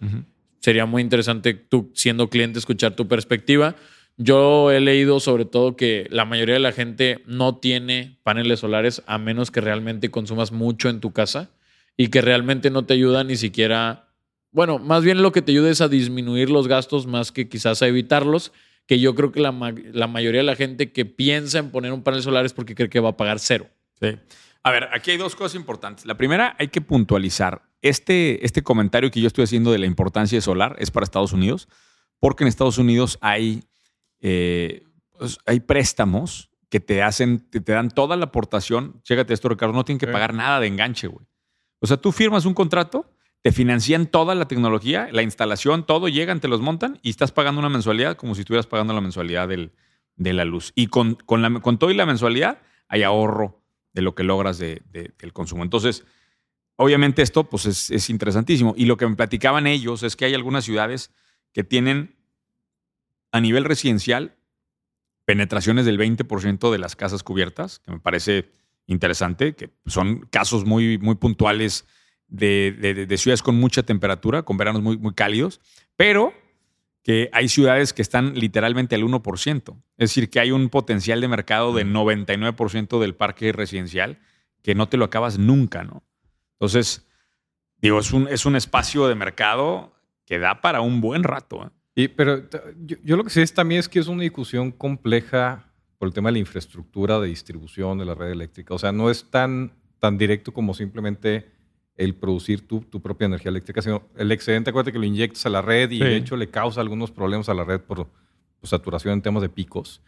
S3: sería muy interesante tú siendo cliente escuchar tu perspectiva. Yo he leído sobre todo que la mayoría de la gente no tiene paneles solares a menos que realmente consumas mucho en tu casa y que realmente no te ayuda ni siquiera, bueno, más bien lo que te ayuda es a disminuir los gastos más que quizás a evitarlos, que yo creo que la, ma- la mayoría de la gente que piensa en poner un panel solar es porque cree que va a pagar cero.
S1: Sí. A ver, aquí hay dos cosas importantes. La primera, hay que puntualizar. Este, este comentario que yo estoy haciendo de la importancia de solar es para Estados Unidos, porque en Estados Unidos hay, eh, pues, hay préstamos que te hacen, que te dan toda la aportación. Chécate esto, Ricardo, no tienen que
S2: Sí.
S1: pagar nada de enganche, güey. O sea, tú firmas un contrato, te financian toda la tecnología, la instalación, todo, llegan, te los montan y estás pagando una mensualidad como si estuvieras pagando la mensualidad del, de la luz. Y con, con, la, con todo y la mensualidad hay ahorro de lo que logras de- de- del consumo. Entonces, obviamente esto pues es, es interesantísimo. Y lo que me platicaban ellos es que hay algunas ciudades que tienen a nivel residencial penetraciones del 20% de las casas cubiertas, que me parece interesante, que son casos muy, muy puntuales de, de- de- de ciudades con mucha temperatura, con veranos muy, muy cálidos, pero que hay ciudades que están literalmente al 1%. Es decir, que hay un potencial de mercado de 99% del parque residencial que no te lo acabas nunca, ¿no? Entonces, digo, es un, es un espacio de mercado que da para un buen rato. ¿eh?
S2: Y, pero t- yo, yo lo que sé es también es que es una discusión compleja por el tema de la infraestructura de distribución de la red eléctrica. O sea, no es tan, tan directo como simplemente el producir tu, tu propia energía eléctrica, sino el excedente, acuérdate que lo inyectas a la red y
S1: Sí.
S2: de hecho le causa algunos problemas a la red por por saturación en temas de picos.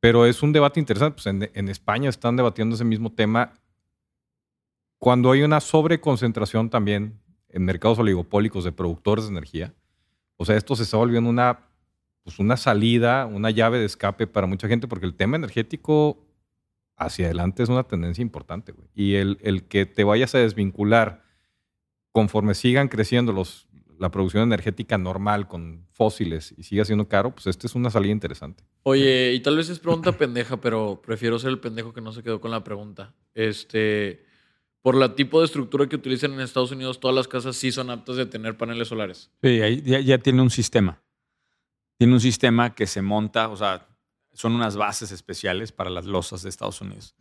S2: Pero es un debate interesante. Pues en, en España están debatiendo ese mismo tema cuando hay una sobreconcentración también en mercados oligopólicos de productores de energía. O sea, esto se está volviendo una, pues una salida, una llave de escape para mucha gente, porque el tema energético hacia adelante es una tendencia importante. güey. Y el, el que te vayas a desvincular conforme sigan creciendo los, la producción energética normal con fósiles y siga siendo caro, pues esta es una salida interesante.
S3: Oye, y tal vez es pregunta pendeja, pero prefiero ser el pendejo que no se quedó con la pregunta. Este, por la tipo de estructura que utilizan en Estados Unidos, todas las casas sí son aptas de tener paneles solares.
S1: Sí, ahí ya, ya tiene un sistema. Tiene un sistema que se monta, o sea, son unas bases especiales para las losas de Estados Unidos.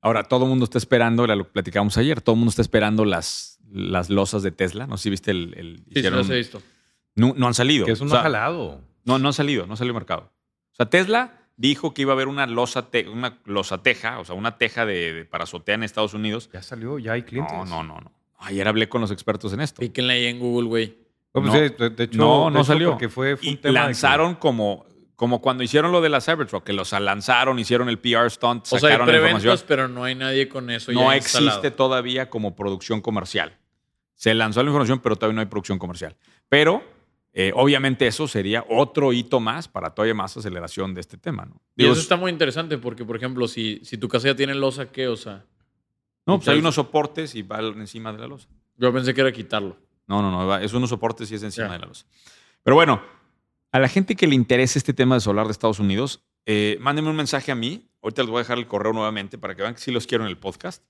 S1: Ahora, todo el mundo está esperando, era lo que platicamos ayer, todo el mundo está esperando las, las losas de Tesla. No sé si viste el... el-
S3: Sí, sí,
S1: hicieron-
S3: las he visto.
S1: no, no han salido.
S2: Que es un
S1: O sea,
S2: jalado.
S1: no, no ha salido, no salió al mercado. O sea, Tesla dijo que iba a haber una losa, te- una losa teja, o sea, una teja de, de- para azotea en Estados Unidos.
S2: Ya salió, ya hay clientes.
S1: No, no, no, no. Ayer hablé con los expertos en esto.
S3: Píquenle ahí en Google, güey.
S2: Bueno, pues,
S1: No.
S2: sí, de, de hecho,
S1: No,
S2: de
S1: no
S2: hecho,
S1: salió.
S2: Porque fue, fue
S1: Y
S2: un tema de que-
S1: lanzaron como, como cuando hicieron lo de la Cybertruck, que los lanzaron, hicieron el PR stunt,
S3: O sea, hay
S1: sacaron la información.
S3: preventas, pero no hay nadie con eso ya
S1: No existe
S3: instalado.
S1: todavía como producción comercial. Se lanzó la información, pero todavía no hay producción comercial. Pero eh, obviamente eso sería otro hito más para todavía más aceleración de este tema, ¿no?
S3: Y
S1: Digo,
S3: eso está muy interesante porque, por ejemplo, si, si tu casa ya tiene losa, ¿qué? O sea,
S1: no, pues hay unos soportes y va encima de la losa.
S3: yo pensé que era quitarlo.
S1: No, no, no, va- es unos soportes y es encima
S3: Ya.
S1: de la losa. Pero bueno, a la gente que le interese este tema de solar de Estados Unidos, eh, mándenme un mensaje a mí. Ahorita les voy a dejar el correo nuevamente para que vean que sí los quiero en el podcast,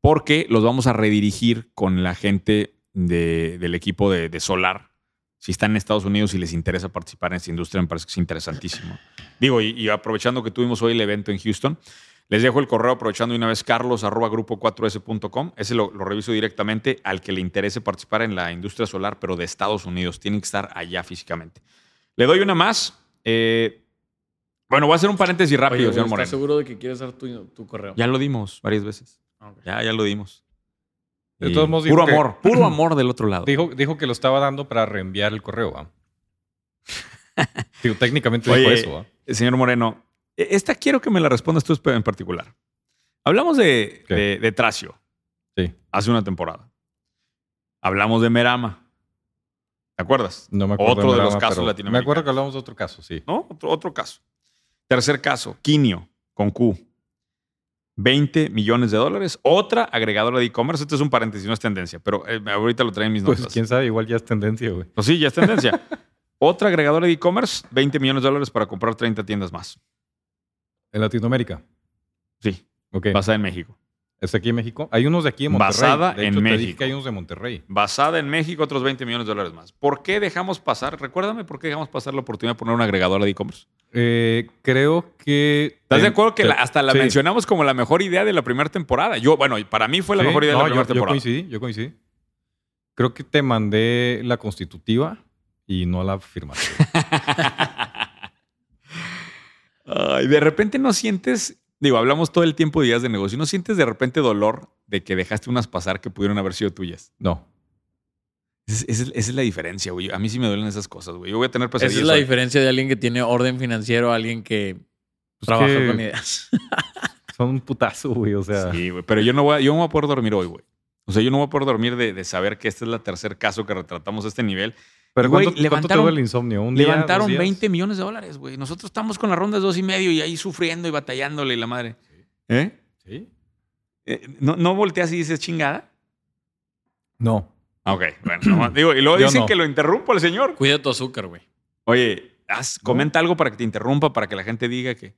S1: porque los vamos a redirigir con la gente de- del equipo de, de solar. Si están en Estados Unidos y les interesa participar en esta industria, me parece que es interesantísimo. Digo, y, y aprovechando que tuvimos hoy el evento en Houston, les dejo el correo aprovechando de una vez carlos arroba grupo 4s.com. Ese lo, lo reviso directamente al que le interese participar en la industria solar, pero de Estados Unidos. Tienen que estar allá físicamente. Le doy una más. Eh, Bueno, voy a hacer un paréntesis rápido,
S3: Oye, güey,
S1: señor
S3: ¿Estás
S1: Moreno.
S3: seguro de que quieres dar tu, tu correo?
S1: Ya lo dimos varias veces.
S3: Ah, ok.
S1: Ya, ya lo dimos.
S2: De
S1: Y
S2: todos modos, dijo
S1: puro
S2: que-
S1: amor, puro amor del otro lado.
S2: Dijo, dijo que lo estaba dando para reenviar el correo, ¿va? Digo, técnicamente dijo
S1: Oye,
S2: eso, ¿va?
S1: Eh, Señor Moreno, e- esta quiero que me la respondas tú en particular. Hablamos de,
S2: ¿Qué?
S1: de, de Tracio
S2: Sí,
S1: hace una temporada. Hablamos de Merama. ¿Te acuerdas?
S2: no me acuerdo.
S1: Otro de los
S2: nada,
S1: casos
S2: pero Me
S1: latinoamericanos.
S2: acuerdo que hablamos de otro caso, sí.
S1: ¿no? Otro, otro caso. Tercer caso, Quinio, con Q. 20 millones de dólares. Otra agregadora de e-commerce. Este es un paréntesis, no es tendencia, pero eh, ahorita lo traen mis
S2: Pues
S1: notas.
S2: quién sabe, igual ya es tendencia, güey.
S1: Pues sí, ya es tendencia. Otra agregadora de e-commerce, 20 millones de dólares para comprar 30 tiendas más.
S2: En Latinoamérica.
S1: Sí,
S2: Ok.
S1: basada en México.
S2: ¿Es aquí en México? Hay unos de aquí en Monterrey.
S1: Basada
S2: de hecho,
S1: en
S2: te Dije
S1: México.
S2: que hay unos de Monterrey.
S1: Basada en México, otros 20 millones de dólares más. ¿Por qué dejamos pasar? Recuérdame por qué dejamos pasar la oportunidad de poner una agregadora de e-commerce.
S2: Eh, creo que.
S1: ¿Estás de acuerdo que
S2: te-
S1: la- hasta la
S2: sí.
S1: mencionamos como la mejor idea de la primera temporada? Yo, bueno, para mí fue la
S2: Sí,
S1: mejor idea
S2: no,
S1: de la primera
S2: yo, yo
S1: temporada.
S2: coincidí, yo coincidí. Creo que te mandé la constitutiva y no la firmaste.
S1: Ay, de repente no sientes, digo, hablamos todo el tiempo de ideas de negocio, ¿no sientes de repente dolor de que dejaste unas pasar que pudieron haber sido tuyas?
S2: No.
S1: Es- Esa es, esa es la diferencia, güey. A mí sí me duelen esas cosas, güey. Yo voy a tener
S3: Esa
S1: pesadillas.
S3: es la
S1: hoy.
S3: diferencia de alguien que tiene orden financiero, alguien que trabaja
S2: que-
S3: con ideas.
S2: Son un putazo, güey. O sea.
S1: Sí, güey. Pero yo no, voy a, yo no voy a poder dormir hoy, güey. O sea, yo no voy a poder dormir de, de saber que este es el tercer caso que retratamos a este nivel.
S2: Pero
S1: Güey,
S2: ¿cuánto, cuánto te
S1: levantaron-
S2: dura el insomnio? ¿Un día,
S1: Levantaron
S2: dos días?
S1: 20 millones de dólares, güey. Nosotros estamos con las rondas dos y medio y ahí sufriendo y batallándole y la madre. ¿Eh?
S2: Sí.
S1: Eh, ¿No, no volteas y dices chingada?
S2: No.
S1: Ah, Ok, bueno. no, digo, y luego
S2: Yo
S1: dicen
S2: no.
S1: que lo interrumpo al señor.
S3: Cuida tu azúcar, güey.
S1: Oye, haz- comenta algo para que te interrumpa, para que la gente diga que.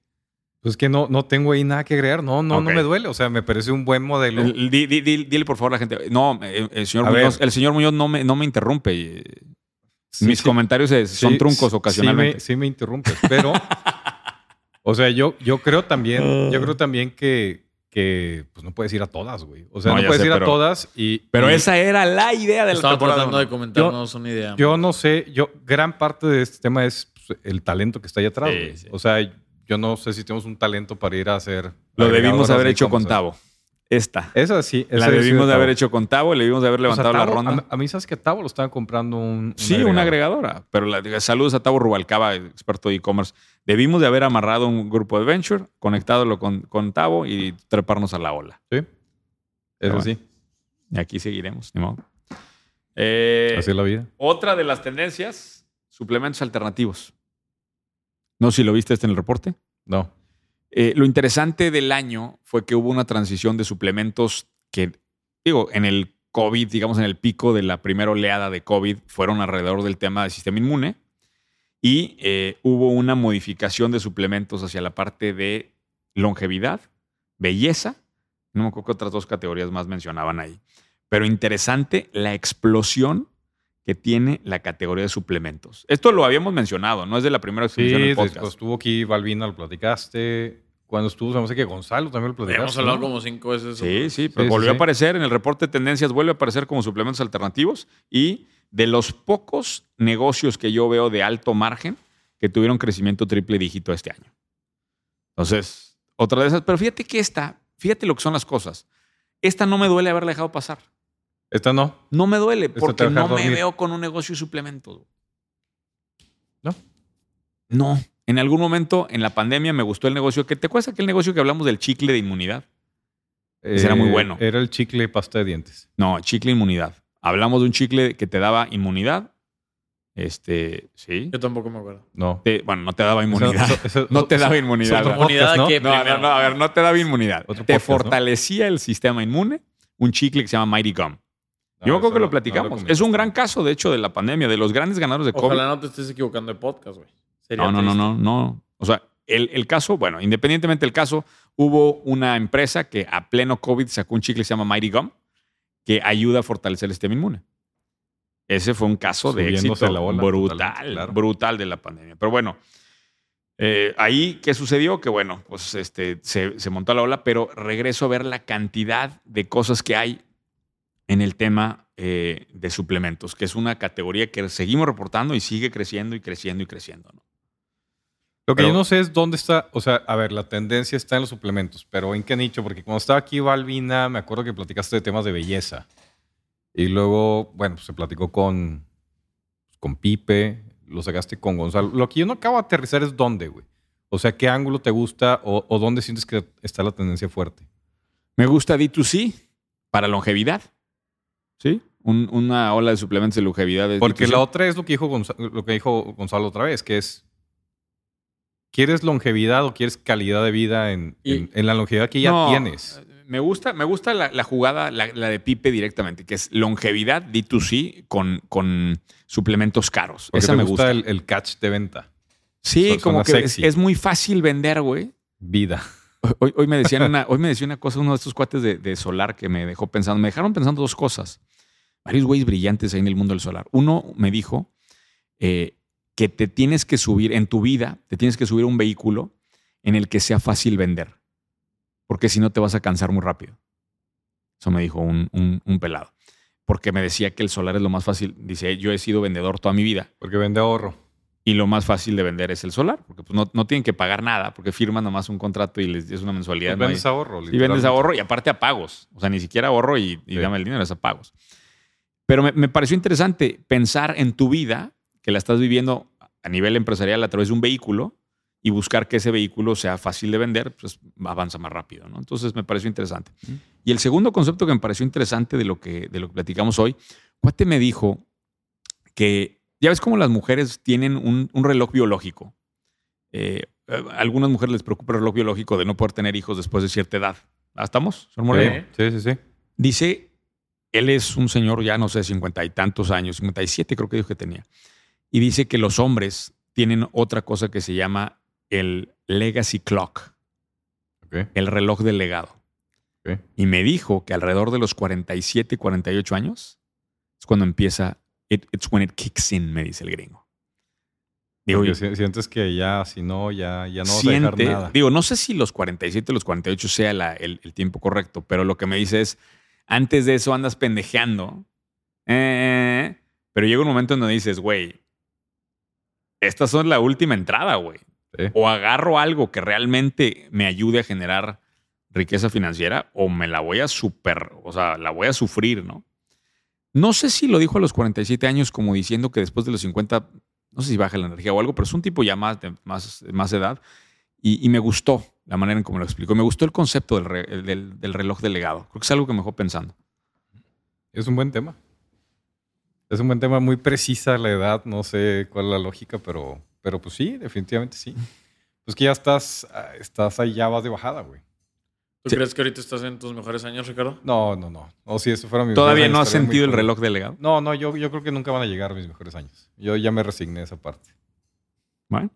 S2: Pues que no, no tengo ahí nada que agregar. No, no, no
S1: Ok.
S2: me duele. O sea, me parece un buen modelo.
S1: El- el- di- di- di- dile por favor a la gente. No, eh, el señor
S2: A
S1: Muñoz,
S2: ver.
S1: el señor Muñoz no me, no me interrumpe. eh,
S2: Sí,
S1: Mis
S2: sí,
S1: comentarios eh, son
S2: sí,
S1: truncos
S2: sí,
S1: ocasionalmente.
S2: Sí me, sí me interrumpes, pero. o sea, yo, yo creo también,
S1: Ah.
S2: yo creo también que, que pues no puedes ir a todas, güey. O sea,
S1: No,
S2: no,
S1: ya
S2: puedes
S1: sé,
S2: ir
S1: pero-
S2: a todas y.
S1: Pero
S2: y
S1: esa era la idea de la
S3: Estaba
S1: temporada.
S3: tratando de
S1: uno.
S3: comentarnos una idea.
S2: Yo no sé, yo, gran parte de este tema es pues, el talento que está ahí atrás,
S1: Sí,
S2: güey.
S1: sí.
S2: O sea, yo no sé si tenemos un talento para ir a hacer.
S1: Lo debimos
S2: agregadoras
S1: haber
S2: de
S1: hecho con
S2: e-commerce.
S1: Tavo. Esta.
S2: Esa sí. esa
S1: La
S2: sí
S1: debimos de
S2: Tavo.
S1: haber hecho con Tavo, le debimos de haber
S2: O sea,
S1: levantado la
S2: Tavo,
S1: ronda.
S2: Pues A, a mí sabes que Tavo lo estaba comprando un.
S1: Sí, una agregadora. Pero la- saludos a Tavo Rubalcaba, experto de e-commerce. Debimos de haber amarrado un grupo de venture, conectadolo con, con Tavo y treparnos a la ola.
S2: Sí.
S1: Pero
S2: Eso
S1: bueno.
S2: sí.
S1: Y aquí seguiremos, ni modo. Eh,
S2: Así es la vida.
S1: Otra de las tendencias, suplementos alternativos. No sé si lo viste este en el reporte.
S2: No.
S1: Eh, lo interesante del año fue que hubo una transición de suplementos que, digo, en el COVID, digamos, en el pico de la primera oleada de COVID, fueron alrededor del tema del sistema inmune. Y eh, hubo una modificación de suplementos hacia la parte de longevidad, belleza. No me acuerdo qué otras dos categorías más mencionaban ahí. Pero interesante la explosión que tiene la categoría de suplementos. Esto lo habíamos mencionado, no es de la primera
S2: Sí,
S1: explosión en el podcast.
S2: después estuvo aquí Balvina, lo platicaste. Cuando estuvo, no sé qué, Gonzalo también lo platicaste.
S3: Habíamos hablado
S2: ¿no?
S3: como cinco veces.
S1: Sí, sí, pero
S2: sí,
S1: volvió a
S2: sí.
S1: aparecer en el reporte de tendencias, vuelve a aparecer como suplementos alternativos y de los pocos negocios que yo veo de alto margen que tuvieron crecimiento triple dígito este año. Entonces, otra de esas, pero fíjate que esta, fíjate lo que son las cosas. Esta no me duele haberla dejado pasar.
S2: Esta Este no.
S1: No me duele
S2: Esta
S1: porque
S2: te deja
S1: no me
S2: dormir.
S1: veo con un negocio de suplementos.
S2: ¿No?
S1: No. En algún momento en la pandemia me gustó el negocio. que ¿Te acuerdas aquel negocio que hablamos del chicle de inmunidad? Ese era muy bueno.
S2: Eh, Era el chicle de pasta de dientes.
S1: No, chicle inmunidad. Hablamos de un chicle que te daba inmunidad. Este, sí.
S3: Yo tampoco me acuerdo.
S2: No.
S1: Te- bueno, no te daba inmunidad.
S2: Esa- esa-
S1: no te
S2: esa-
S1: daba inmunidad.
S2: otro
S1: ¿verdad?
S2: podcast,
S3: Comunidad
S2: ¿no?
S3: que
S1: No, no,
S3: primero.
S1: no, a ver, no te daba inmunidad.
S2: Otro
S1: Te
S2: podcast, ¿no?
S1: fortalecía el sistema inmune un chicle que se llama Mighty Gum. Yo me
S2: esa
S1: acuerdo que
S2: no-
S1: lo platicamos.
S2: no Ah, lo
S1: es un gran
S2: comentaste.
S1: caso, de hecho, de la pandemia, de los grandes ganadores de COVID.
S3: Ojalá no te estés equivocando de podcast, güey. Sería
S1: No, no, no,
S3: triste.
S1: no, no. O sea, el, el caso, bueno, independientemente del caso, hubo una empresa que a pleno COVID sacó un chicle que se llama Mighty Gum que ayuda a fortalecer el sistema inmune. Ese fue un caso de
S2: Subiéndose
S1: éxito
S2: la ola,
S1: brutal,
S2: totalmente, claro.
S1: brutal de la pandemia. Pero bueno, eh, ahí, ¿qué sucedió? Que bueno, pues este, se, se montó la ola, pero regreso a ver la cantidad de cosas que hay en el tema eh, de suplementos, que es una categoría que seguimos reportando y sigue creciendo y creciendo y creciendo. ¿no?
S2: Lo que
S1: Pero-
S2: yo no sé es dónde está, o sea, a ver, la tendencia está en los suplementos, pero ¿en qué nicho? Porque cuando estaba aquí Balvina, me acuerdo que platicaste de temas de belleza. Y luego, bueno, pues se platicó con, con Pipe, lo sacaste con Gonzalo. Lo que yo no acabo de aterrizar es dónde, güey. O sea, qué ángulo te gusta o, o dónde sientes que está la tendencia fuerte.
S1: Me gusta D2C para longevidad. ¿Sí? Un- una ola de suplementos de longevidad. de
S2: Porque
S1: D2C.
S2: la otra es lo que dijo Gonzalo, lo que dijo Gonzalo otra vez, que es ¿quieres longevidad o quieres calidad de vida en,
S3: Y-
S2: en- en la longevidad que ya
S1: No,
S2: tienes?
S1: Me gusta, me gusta la, la jugada, la, la de Pipe directamente, que es longevidad D2C con, con suplementos caros.
S2: Porque
S1: Esa
S2: te
S1: me gusta.
S2: gusta, El, el catch de venta.
S1: Sí,
S2: Son-
S1: como
S2: suena
S1: que es,
S2: sexy.
S1: es muy fácil vender, güey.
S2: Vida.
S1: Hoy, hoy me decían una, hoy me decía una cosa, uno de estos cuates de, de solar que me dejó pensando. Me dejaron pensando dos cosas. Varios güeyes brillantes ahí en el mundo del solar. Uno me dijo eh, que te tienes que subir en tu vida, te tienes que subir a un vehículo en el que sea fácil vender. Porque si no te vas a cansar muy rápido. Eso me dijo un, un- un pelado. Porque me decía que el solar es lo más fácil. Dice, yo he sido vendedor toda mi vida.
S2: Porque vende ahorro.
S1: Y lo más fácil de vender es el solar, porque pues, no, no tienen que pagar nada, porque firman nomás un contrato y les es una mensualidad.
S2: Pues
S1: no hay-
S2: vendes ahorro.
S1: y vendes
S2: literalmente.
S1: ahorro y aparte a pagos. O sea, ni siquiera ahorro y, y
S2: Sí.
S1: dame el dinero, es a pagos. Pero me, me pareció interesante pensar en tu vida, que la estás viviendo a nivel empresarial a través de un vehículo y buscar que ese vehículo sea fácil de vender, pues avanza más rápido, ¿no? Entonces me pareció interesante. Y el segundo concepto que me pareció interesante de lo que, de lo que platicamos hoy, Cuate me dijo que ya ves cómo las mujeres tienen un, un reloj biológico. Eh, a algunas mujeres les preocupa el reloj biológico de no poder tener hijos después de cierta edad. ¿Ah, ¿Estamos? señor Moreno?
S3: ahorro.
S2: Sí, sí, sí. sí.
S1: Dice, él es un señor ya, no sé, cincuenta y tantos años, 57 creo que dijo que tenía. Y dice que los hombres tienen otra cosa que se llama el legacy clock,
S2: Ok.
S1: el reloj del legado.
S2: Ok.
S1: Y me dijo que alrededor de los 47, 48 años es cuando empieza, it- it's when it kicks in, me dice el gringo. Digo,
S2: Porque
S1: y-
S2: si- sientes que ya, si no, ya, ya no vas a
S1: siente,
S2: dejar nada.
S1: digo, no sé si los 47, los 48 sea la- el, el tiempo correcto, pero lo que me dice es, antes de eso andas pendejeando, eh, pero llega un momento en donde dices, güey, estas son la última entrada, güey.
S2: Sí.
S1: O agarro algo que realmente me ayude a generar riqueza financiera o me la voy a super, o sea, la voy a sufrir, ¿no? No sé si lo dijo a los 47 años como diciendo que después de los 50, no sé si baja la energía o algo, pero es un tipo ya más de más, más edad y, y me gustó la manera en cómo lo explicó. Me gustó el concepto del, re- el- del, del reloj delegado. Creo que es algo que me dejó pensando.
S2: Es un buen tema. Es un buen tema, muy precisa la edad, no sé cuál es la lógica, pero, pero pues sí, definitivamente sí. Pues que ya estás, ah, estás ahí, ya vas de bajada, güey.
S3: ¿Tú
S1: Sí.
S3: crees que ahorita estás en tus mejores años, Ricardo?
S2: No, no, no. O si eso fuera mi
S1: Todavía
S2: estaría
S1: no has
S2: muy
S1: sentido el
S2: jodido.
S1: reloj delegado.
S2: No, no, yo, yo creo que nunca van a llegar mis mejores años. Yo ya me resigné a esa parte.
S1: Bueno,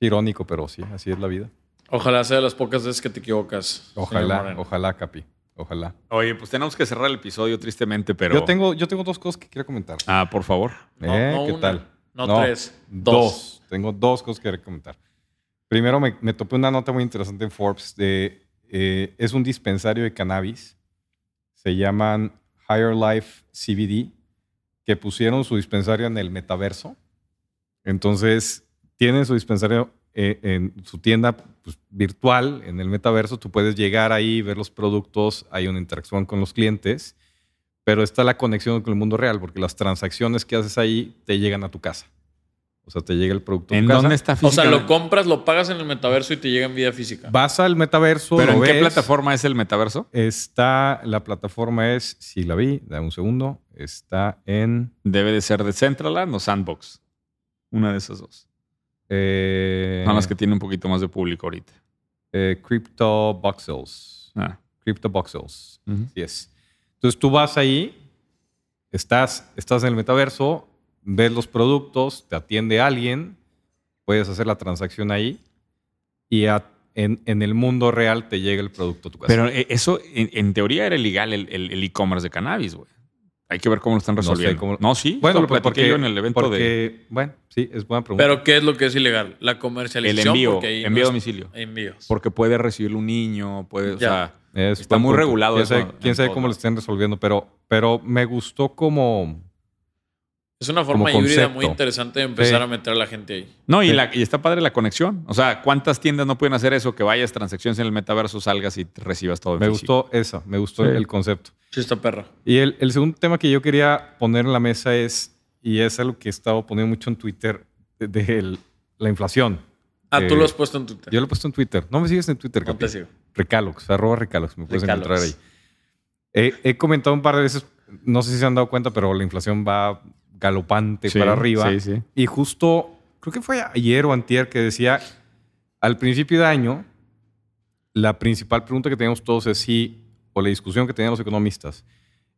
S2: Irónico, pero sí, así es la vida.
S3: Ojalá sea de las pocas veces que te equivocas. señor
S2: Ojalá,
S3: Moreno.
S2: ojalá, Capi. Ojalá.
S1: Oye, pues tenemos que cerrar el episodio tristemente, pero.
S2: Yo, tengo, yo tengo dos cosas que quiero comentar.
S1: Ah, por favor.
S3: No,
S2: ¿Eh?
S3: no
S2: ¿Qué
S3: una,
S2: tal?
S3: No,
S2: No,
S3: tres. Dos.
S2: Tengo dos cosas que quería comentar. Primero, me, me topé una nota muy interesante en Forbes de. eh, es un dispensario de cannabis. Se llaman Higher Life CBD, que pusieron su dispensario en el metaverso. Entonces, tienen su dispensario eh, en su tienda pues, virtual, en el metaverso. Tú puedes llegar ahí, ver los productos, hay una interacción con los clientes, pero está la conexión con el mundo real, porque las transacciones que haces ahí te llegan a tu casa. O sea, te llega el producto a tu
S1: ¿En
S2: casa.
S1: dónde está
S3: O sea, lo
S1: físicamente?
S3: compras, lo pagas en el metaverso y te llega en vida física.
S2: Vas al metaverso.
S1: ¿Pero
S2: lo
S1: en qué
S2: ves.
S1: plataforma es el metaverso?
S2: Está, la plataforma es, si la vi, da un segundo, está en...
S1: Debe de ser de Centraland o Sandbox. Una de esas dos.
S2: Eh,
S1: Nada más que tiene un poquito más de público ahorita.
S2: eh, Crypto Voxels.
S1: Ah,
S2: Crypto Voxels.
S1: ujú.
S2: Así es. Entonces tú vas ahí, estás, estás en el metaverso, ves los productos, te atiende alguien, puedes hacer la transacción ahí y a- en, en el mundo real te llega el producto a tu casa.
S1: Pero eh, eso, en, en teoría, era ilegal el- el el e-commerce de cannabis, güey. Hay que ver cómo lo están
S2: sé
S1: resolviendo. No,
S2: cómo-
S1: sí.
S2: bueno,
S1: esto lo platiqué
S2: pues, porque,
S1: yo en el evento de
S2: porque- bueno, sí, es buena pregunta.
S3: Pero ¿qué es lo que es ilegal? La
S1: el
S3: comercialización.
S1: envío,
S3: porque ahí
S1: envío a
S3: no es-
S1: domicilio.
S3: Envíos.
S1: Porque puede recibirlo un niño, puede, o
S3: Ya.
S1: sea,
S2: Es
S1: Está
S2: buen
S1: muy
S2: punto.
S1: regulado
S2: quién
S1: eso
S2: Sabe,
S1: en
S2: quién sabe
S1: todo
S2: cómo lo
S1: lado.
S2: estén resolviendo, pero, pero me gustó como,
S3: Es una forma
S2: Como
S3: híbrida
S2: concepto.
S3: muy interesante de empezar
S2: Sí.
S3: a meter a la gente ahí.
S1: No, y,
S2: Sí.
S1: la- y está padre la conexión. O sea, ¿cuántas tiendas no pueden hacer eso? Que vayas, transacciones en el metaverso, salgas y recibas todo en
S2: Me
S1: físico?
S2: gustó esa, me gustó
S1: Sí.
S2: el concepto.
S3: Sí, está perra.
S2: Y el, el segundo tema que yo quería poner en la mesa es, y es algo que he estado poniendo mucho en Twitter, de, de el- la inflación.
S3: Ah, tú
S2: Eh,
S3: lo has puesto en Twitter.
S2: Yo lo he puesto en Twitter. No me sigues en Twitter,
S3: no
S2: Capi.
S3: te sigo.
S2: Recalox, arroba Recalox, me puedes
S3: Recalox.
S2: encontrar ahí. He, he comentado un par de veces, no sé si se han dado cuenta, pero la inflación va galopante
S1: Sí,
S2: para arriba.
S1: Sí, sí.
S2: Y justo, creo que fue ayer o antier que decía, al principio de año, la principal pregunta que teníamos todos es si, o la discusión que teníamos los economistas,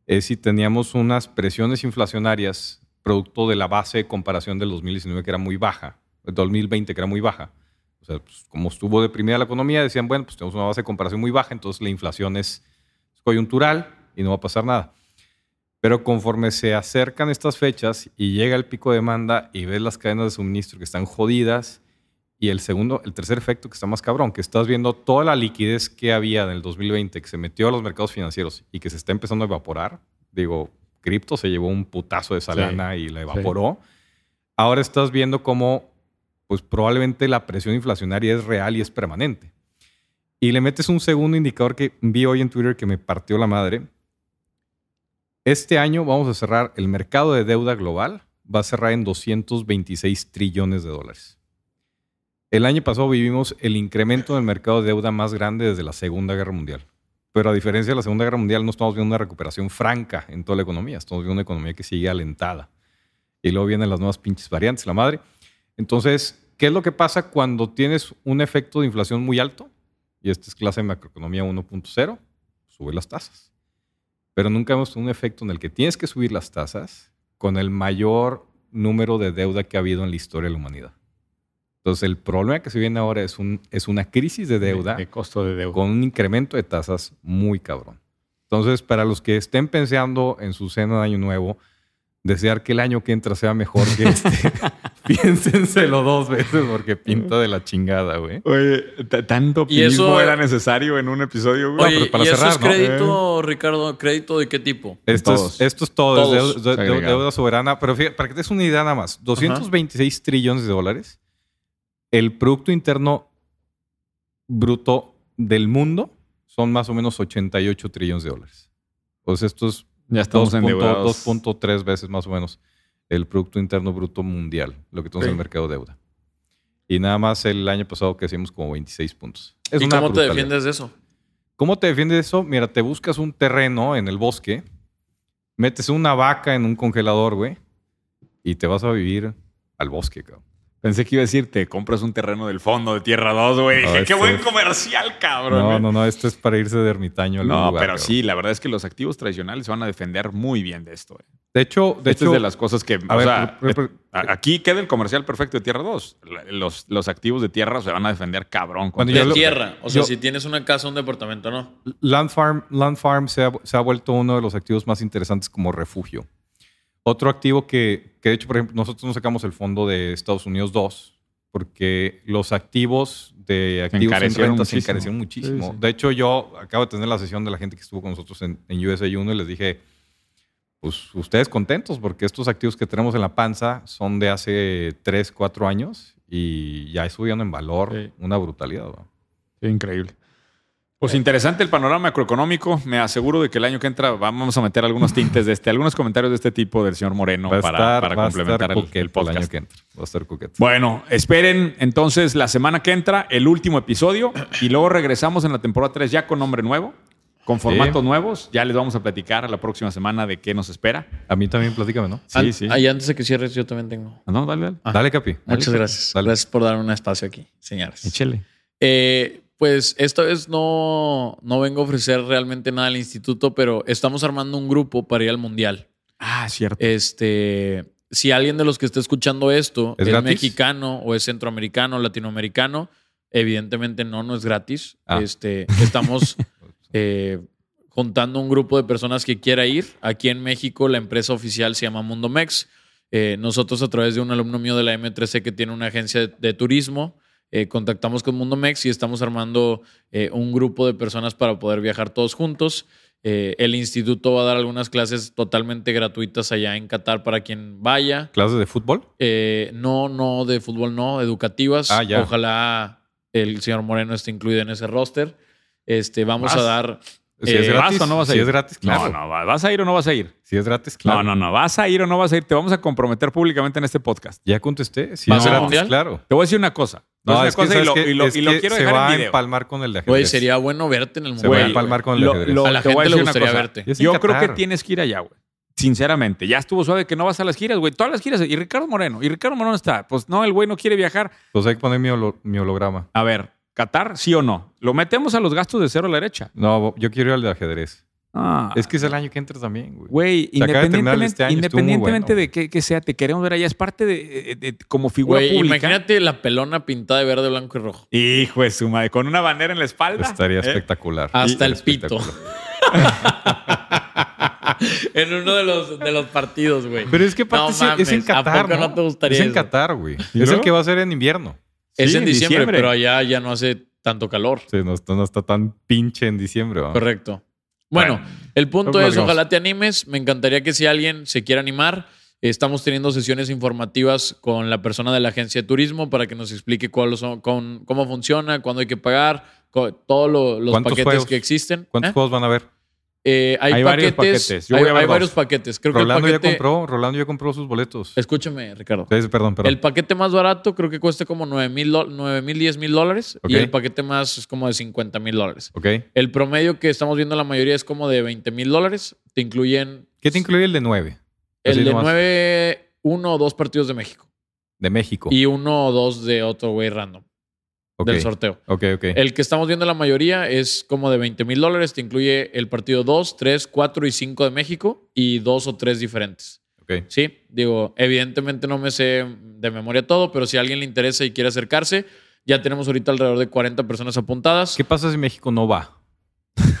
S2: es si teníamos unas presiones inflacionarias producto de la base de comparación del 2019 que era muy baja, del 2020 que era muy baja. O sea, pues, como estuvo deprimida la economía, decían, bueno, pues tenemos una base de comparación muy baja, entonces la inflación es coyuntural y no va a pasar nada. Pero conforme se acercan estas fechas y llega el pico de demanda y ves las cadenas de suministro que están jodidas y el segundo, el tercer efecto que está más cabrón, que estás viendo toda la liquidez que había en el 2020 que se metió a los mercados financieros y que se está empezando a evaporar. Digo, cripto se llevó un putazo de esa
S1: Sí,
S2: lana y la evaporó. Ahora estás viendo cómo pues probablemente la presión inflacionaria es real y es permanente. Y le metes un segundo indicador que vi hoy en Twitter que me partió la madre. Este año vamos a cerrar el mercado de deuda global, va a cerrar en 226 trillones de dólares. El año pasado vivimos el incremento del mercado de deuda más grande desde la Segunda Guerra Mundial. Pero a diferencia de la Segunda Guerra Mundial, no estamos viendo una recuperación franca en toda la economía. Estamos viendo una economía que sigue alentada. Y luego vienen las nuevas pinches variantes, la madre. Entonces, ¿qué es lo que pasa cuando tienes un efecto de inflación muy alto? Y esta es clase de macroeconomía 1.0, sube las tasas. Pero nunca hemos tenido un efecto en el que tienes que subir las tasas con el mayor número de deuda que ha habido en la historia de la humanidad. Entonces, el problema que se viene ahora es, un, es una crisis de deuda
S1: De, de costo de deuda.
S2: con un incremento de tasas muy cabrón. Entonces, para los que estén pensando en su cena de Año Nuevo, desear que el año que entra sea mejor que este, piénsenselo dos veces porque pinta de la chingada, güey.
S1: Oye, t- tanto
S3: Y eso-
S1: optimismo
S2: eh,
S1: era necesario en un episodio, güey.
S3: Oye,
S2: pero para
S3: ¿y eso
S2: cerrar,
S3: es
S2: ¿no?
S1: Eh,
S2: Eh.
S3: crédito, Ricardo? ¿Crédito de qué tipo?
S2: Esto
S1: Todos.
S2: es, esto es todo, es
S3: Todos.
S2: deu- deu- deu- deuda,
S1: Agregado.
S2: soberana. Pero fíjate, para que te des una idea nada más, 226 trillones de dólares, el Producto Interno Bruto del mundo son más o menos 88 trillones de dólares. Pues esto es
S1: ya estamos
S2: 2.3
S1: endeudados.
S2: 2.3 veces más o menos el Producto Interno Bruto Mundial, lo que tenemos
S3: Ok.
S2: en el mercado de deuda. Y nada más el año pasado crecimos como 26 puntos. Es
S3: ¿Y
S2: una
S3: cómo te
S2: brutalidad.
S3: defiendes de eso?
S2: ¿Cómo te defiendes eso? Mira, te buscas un terreno en el bosque, metes una vaca en un congelador, güey, y te vas a vivir al bosque, cabrón.
S1: Pensé que iba a decirte, compras un terreno del fondo de Tierra 2, güey.
S2: No,
S1: Dije, qué
S2: este-
S1: buen comercial, cabrón.
S2: No,
S1: güey.
S2: no, no, esto es para irse de ermitaño al
S1: No,
S2: lugar,
S1: pero
S2: cabrón.
S1: sí, la verdad es que los activos tradicionales se van a defender muy bien de esto. eh.
S2: De hecho, de
S1: Esta es
S2: hecho,
S1: de las cosas que.
S2: a
S1: o
S2: ver,
S1: sea,
S2: pero- pero-
S1: a- aquí queda el comercial perfecto de Tierra 2. La- Los, los activos de Tierra se van a defender cabrón. con
S2: Cuando
S1: todo
S2: yo
S3: De
S2: lo-
S1: esto.
S3: tierra. O sea,
S2: yo-
S3: si tienes una casa, un departamento, no.
S2: Land Farm, Land Farm se, ha, se ha vuelto uno de los activos más interesantes como refugio. Otro activo que, que de hecho, por ejemplo, nosotros no sacamos el fondo de Estados Unidos 2 porque los activos de activos en
S1: encarecieron
S2: renta se
S1: muchísimo.
S2: encarecieron muchísimo.
S1: Sí, sí.
S2: De hecho, yo acabo de tener la sesión de la gente que estuvo con nosotros en, en USA 1 y les dije, pues ustedes contentos porque estos activos que tenemos en la panza son de hace 3, 4 años y ya subieron en valor
S1: Sí.
S2: una brutalidad. ¿no?
S1: Sí, Increíble. Pues interesante el panorama macroeconómico. Me aseguro de que el año que entra vamos a meter algunos tintes de este, algunos comentarios de este tipo del señor Moreno
S2: va a
S1: para,
S2: estar,
S1: para
S2: va a estar
S1: complementar el-
S2: coqueto
S1: el, podcast.
S2: año que entra. Va a estar coqueto.
S1: Bueno, esperen entonces la semana que entra, el último episodio, y luego regresamos en la temporada 3 ya con nombre nuevo, con formatos nuevos. Ya les vamos a platicar la próxima semana de qué nos espera.
S2: A mí también platícame, ¿no?
S1: Sí,
S3: An-
S1: sí.
S3: Ahí antes de que cierres, yo también tengo.
S1: Ah, No, dale, dale.
S3: Ah.
S2: Dale, Capi.
S3: Muchas
S2: Dale.
S3: gracias.
S2: Dale.
S3: Gracias por darme un espacio aquí, señores.
S1: Échele.
S3: Eh, pues esta vez no, no vengo a ofrecer realmente nada al instituto, pero estamos armando un grupo para ir al mundial.
S1: Ah, cierto.
S3: Este, si alguien de los que está escuchando esto
S2: ¿Es
S3: es,
S2: gratis?
S3: mexicano o es centroamericano, latinoamericano, evidentemente no, no es gratis.
S2: Ah.
S3: Este, estamos eh, juntando un grupo de personas que quiera ir. Aquí en México la empresa oficial se llama Mundo Mex. Eh, nosotros a través de un alumno mío de la M3C que tiene una agencia de, de turismo, eh, contactamos con Mundo Mex y estamos armando eh, un grupo de personas para poder viajar todos juntos. Eh, el instituto va a dar algunas clases totalmente gratuitas allá en Qatar para quien vaya.
S2: ¿Clases de fútbol?
S3: Eh, no, no, de fútbol no, educativas.
S2: Ah, ya.
S3: Ojalá el señor Moreno esté incluido en ese roster. Este, vamos
S1: Vas.
S3: a dar.
S2: Si
S3: Eh,
S2: es gratis,
S1: ¿vas o no vas a
S2: si
S1: ir?
S2: es gratis, claro.
S1: No, no, va- ¿vas a ir o no vas a ir?
S2: Si es gratis, claro.
S1: No, no, no, ¿vas a ir o no vas a ir? Te vamos a comprometer públicamente en este podcast.
S2: Ya contesté. Si
S3: ¿Vas
S2: es
S1: al
S2: gratis,
S3: mundial?
S2: claro.
S1: Te voy a decir una cosa. No,
S2: No,
S1: una
S2: es que,
S1: cosa y
S2: ¿sabes
S1: lo,
S2: qué?
S1: y lo-
S2: Es
S1: y lo
S2: que
S1: quiero
S2: se
S1: dejar
S2: va
S1: en
S2: a
S1: video.
S2: empalmar con el de
S3: Güey,
S2: ajedrez.
S3: sería bueno verte en el
S2: Se va
S1: Güey,
S2: a
S3: mundial. güey.
S2: empalmar con el
S1: lo-
S2: ajedrez.
S1: lo-
S3: A la
S1: te voy
S3: gente le
S1: decir una
S3: gustaría
S1: cosa.
S3: verte.
S2: Y es en
S1: Yo creo que
S2: Qatar.
S1: tienes que ir allá, güey. Sinceramente, ya estuvo suave que no vas a las giras, güey. Todas las giras. Y Ricardo Moreno. ¿Y Ricardo Moreno está? Pues no, el güey no quiere viajar.
S2: Pues hay que poner mi, holo- mi holograma.
S1: A ver, Qatar, sí o no. Lo metemos a los gastos de cero a la derecha.
S2: No, yo quiero ir al de ajedrez.
S1: Ah,
S2: Es que es el año que entras también, güey.
S1: Güey,
S2: Se acaba de terminar
S1: independientemente,
S2: este año, estuvo muy
S1: independientemente
S2: bueno.
S1: de qué, qué sea, te queremos ver allá. Es parte de, de- de- como figura pública.
S3: imagínate la pelona pintada de verde, blanco y rojo.
S1: Hijo de su madre, con una bandera en la espalda.
S2: Estaría
S1: Eh,
S2: espectacular.
S3: Hasta el
S2: Estaría
S3: pito.
S2: espectacular.
S3: en uno de los, de los partidos, güey.
S2: Pero es que aparte
S3: No
S2: es- es, en
S3: mames, ¿a
S2: Qatar,
S3: poco
S2: ¿no?
S3: no te gustaría
S2: es en
S3: eso?
S2: Qatar, güey.
S1: ¿Y
S2: Es el
S1: luego?
S2: que va a ser en invierno.
S3: es
S1: sí,
S3: en diciembre, pero allá ya no hace tanto calor.
S2: Sí, no, está- no está tan pinche en diciembre, ¿va?
S3: Correcto. Bueno,
S1: Bueno,
S3: el punto
S2: nos
S3: es,
S2: largamos.
S3: ojalá te animes. Me encantaría que si alguien se quiera animar, estamos teniendo sesiones informativas con la persona de la agencia de turismo para que nos explique cuáles son- con- cómo funciona, cuándo hay que pagar, co- todos lo- los
S2: ¿Cuántos
S3: paquetes
S2: juegos?
S3: que existen.
S2: ¿Cuántos
S3: ¿Eh?
S2: juegos van a haber?
S3: Eh, hay,
S1: Hay varios
S3: paquetes,
S1: paquetes. Yo
S3: hay,
S1: voy a ver
S3: hay
S1: dos.
S3: varios paquetes. Creo
S2: Rolando
S3: que el
S2: ya
S3: paquete,
S2: compró, Rolando ya compró sus boletos.
S3: Escúchame, Ricardo.
S2: Es- perdón, perdón.
S3: El paquete más barato creo que cuesta como 9 mil, do- 9 mil, 10 mil dólares. Y
S2: Ok.
S3: el paquete más es como de 50 mil dólares.
S2: Ok.
S3: El promedio que estamos viendo la mayoría es como de 20 mil dólares. Te incluyen
S2: ¿Qué te incluye el de 9?
S3: el de 9, uno o dos partidos de México.
S2: De México.
S3: Y uno o dos de otro güey random
S2: ok,
S3: del sorteo. Eh.
S2: ok, ok.
S3: El que estamos viendo la mayoría es como de 20 mil dólares. Te incluye el partido 2, 3, 4 y 5 de México y dos o tres diferentes.
S2: ok.
S3: Sí, digo, evidentemente no me sé de memoria todo, pero si a alguien le interesa y quiere acercarse, ya tenemos ahorita alrededor de 40 personas apuntadas.
S2: ¿Qué pasa si México no va?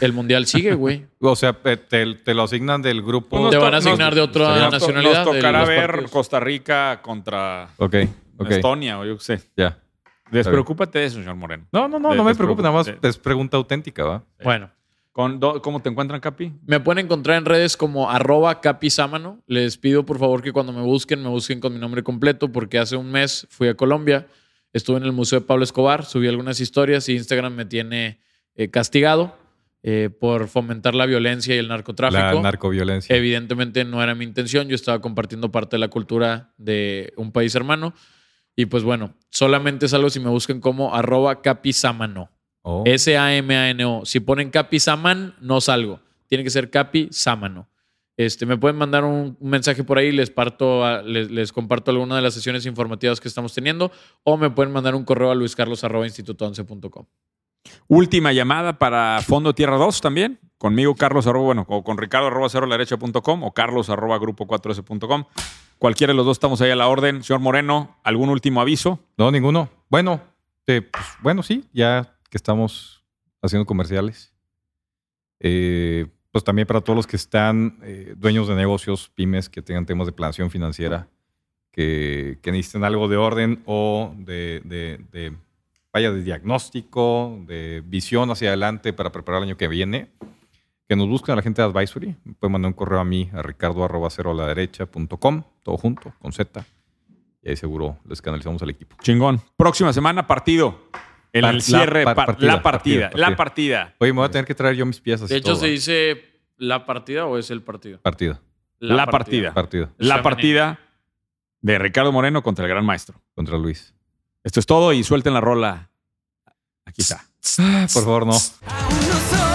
S3: El mundial sigue, güey.
S2: O sea, eh, te, te lo asignan del grupo.
S1: Pues
S3: Te
S1: nos
S3: van a
S1: to-
S3: asignar
S1: nos-
S3: de otra
S1: nos to-
S3: nacionalidad.
S1: Nos
S3: de
S1: tocará
S3: los
S1: ver
S3: partidos.
S1: Costa Rica contra
S2: Ok, ok.
S1: Estonia o yo qué sé.
S2: Ya.
S1: Despreocúpate de eso, señor Moreno.
S2: No, no, no,
S1: De-
S2: no me
S1: des-
S2: preocupe, nada más
S1: de-
S2: es pregunta auténtica, ¿va?
S3: Bueno,
S1: Con do- ¿Cómo te encuentran, Capi?
S3: me pueden encontrar en redes como arroba capizámano. Les pido por favor que cuando me busquen, me busquen con mi nombre completo, porque hace un mes fui a Colombia, estuve en el Museo de Pablo Escobar, subí algunas historias y Instagram me tiene eh, castigado eh, por fomentar la violencia y el narcotráfico.
S2: La narcoviolencia.
S3: Evidentemente no era mi intención, yo estaba compartiendo parte de la cultura de un país hermano. Y pues bueno, solamente salgo si me buscan como arroba capisamano.
S2: Oh.
S3: S-A-M-A-N-O. Si ponen capisaman, no salgo. Tiene que ser capisamano. Este, me pueden mandar un un mensaje por ahí, les, parto a- les, les comparto alguna de las sesiones informativas que estamos teniendo o me pueden mandar un correo a luiscarlos.instituto11.com.
S1: Última llamada para Fondo Tierra 2 también. Conmigo, Carlos, arroba, bueno, o con Ricardo, arroba, cero a la derecha punto com, o Carlos, arroba, grupo 4S.com. Cualquiera de los dos estamos ahí a la orden. Señor Moreno, ¿algún último aviso?
S2: No, ninguno. Bueno, eh, pues, bueno, sí, ya que estamos haciendo comerciales. Eh, pues también para todos los que están eh, dueños de negocios, pymes, que tengan temas de planación financiera, que, que necesiten algo de orden o de, de- de- vaya, de diagnóstico, de visión hacia adelante para preparar el año que viene, que nos busquen a la gente de Advisory. Pueden mandar un correo a mí, a ricardo arroba cero a la derecha punto com, todo junto, con Z. Y ahí seguro les canalizamos al equipo.
S1: Chingón. Próxima semana, partido. El
S2: Par- la-
S1: cierre,
S2: par-
S1: par-
S2: partida,
S1: la partida,
S2: partida,
S1: la partida.
S2: Oye, me voy a tener que traer yo mis piezas.
S3: De
S2: y
S3: hecho,
S2: todo,
S3: ¿se
S2: ¿va?
S3: dice la partida o es el partido?
S2: Partida,
S1: La partida.
S2: partida
S1: La
S3: Femenino.
S1: partida de Ricardo Moreno contra el gran maestro.
S2: contra Luis.
S1: Esto es todo y suelten la rola. Aquí está.
S3: Ah,
S2: Por favor, no.
S4: Aún no soy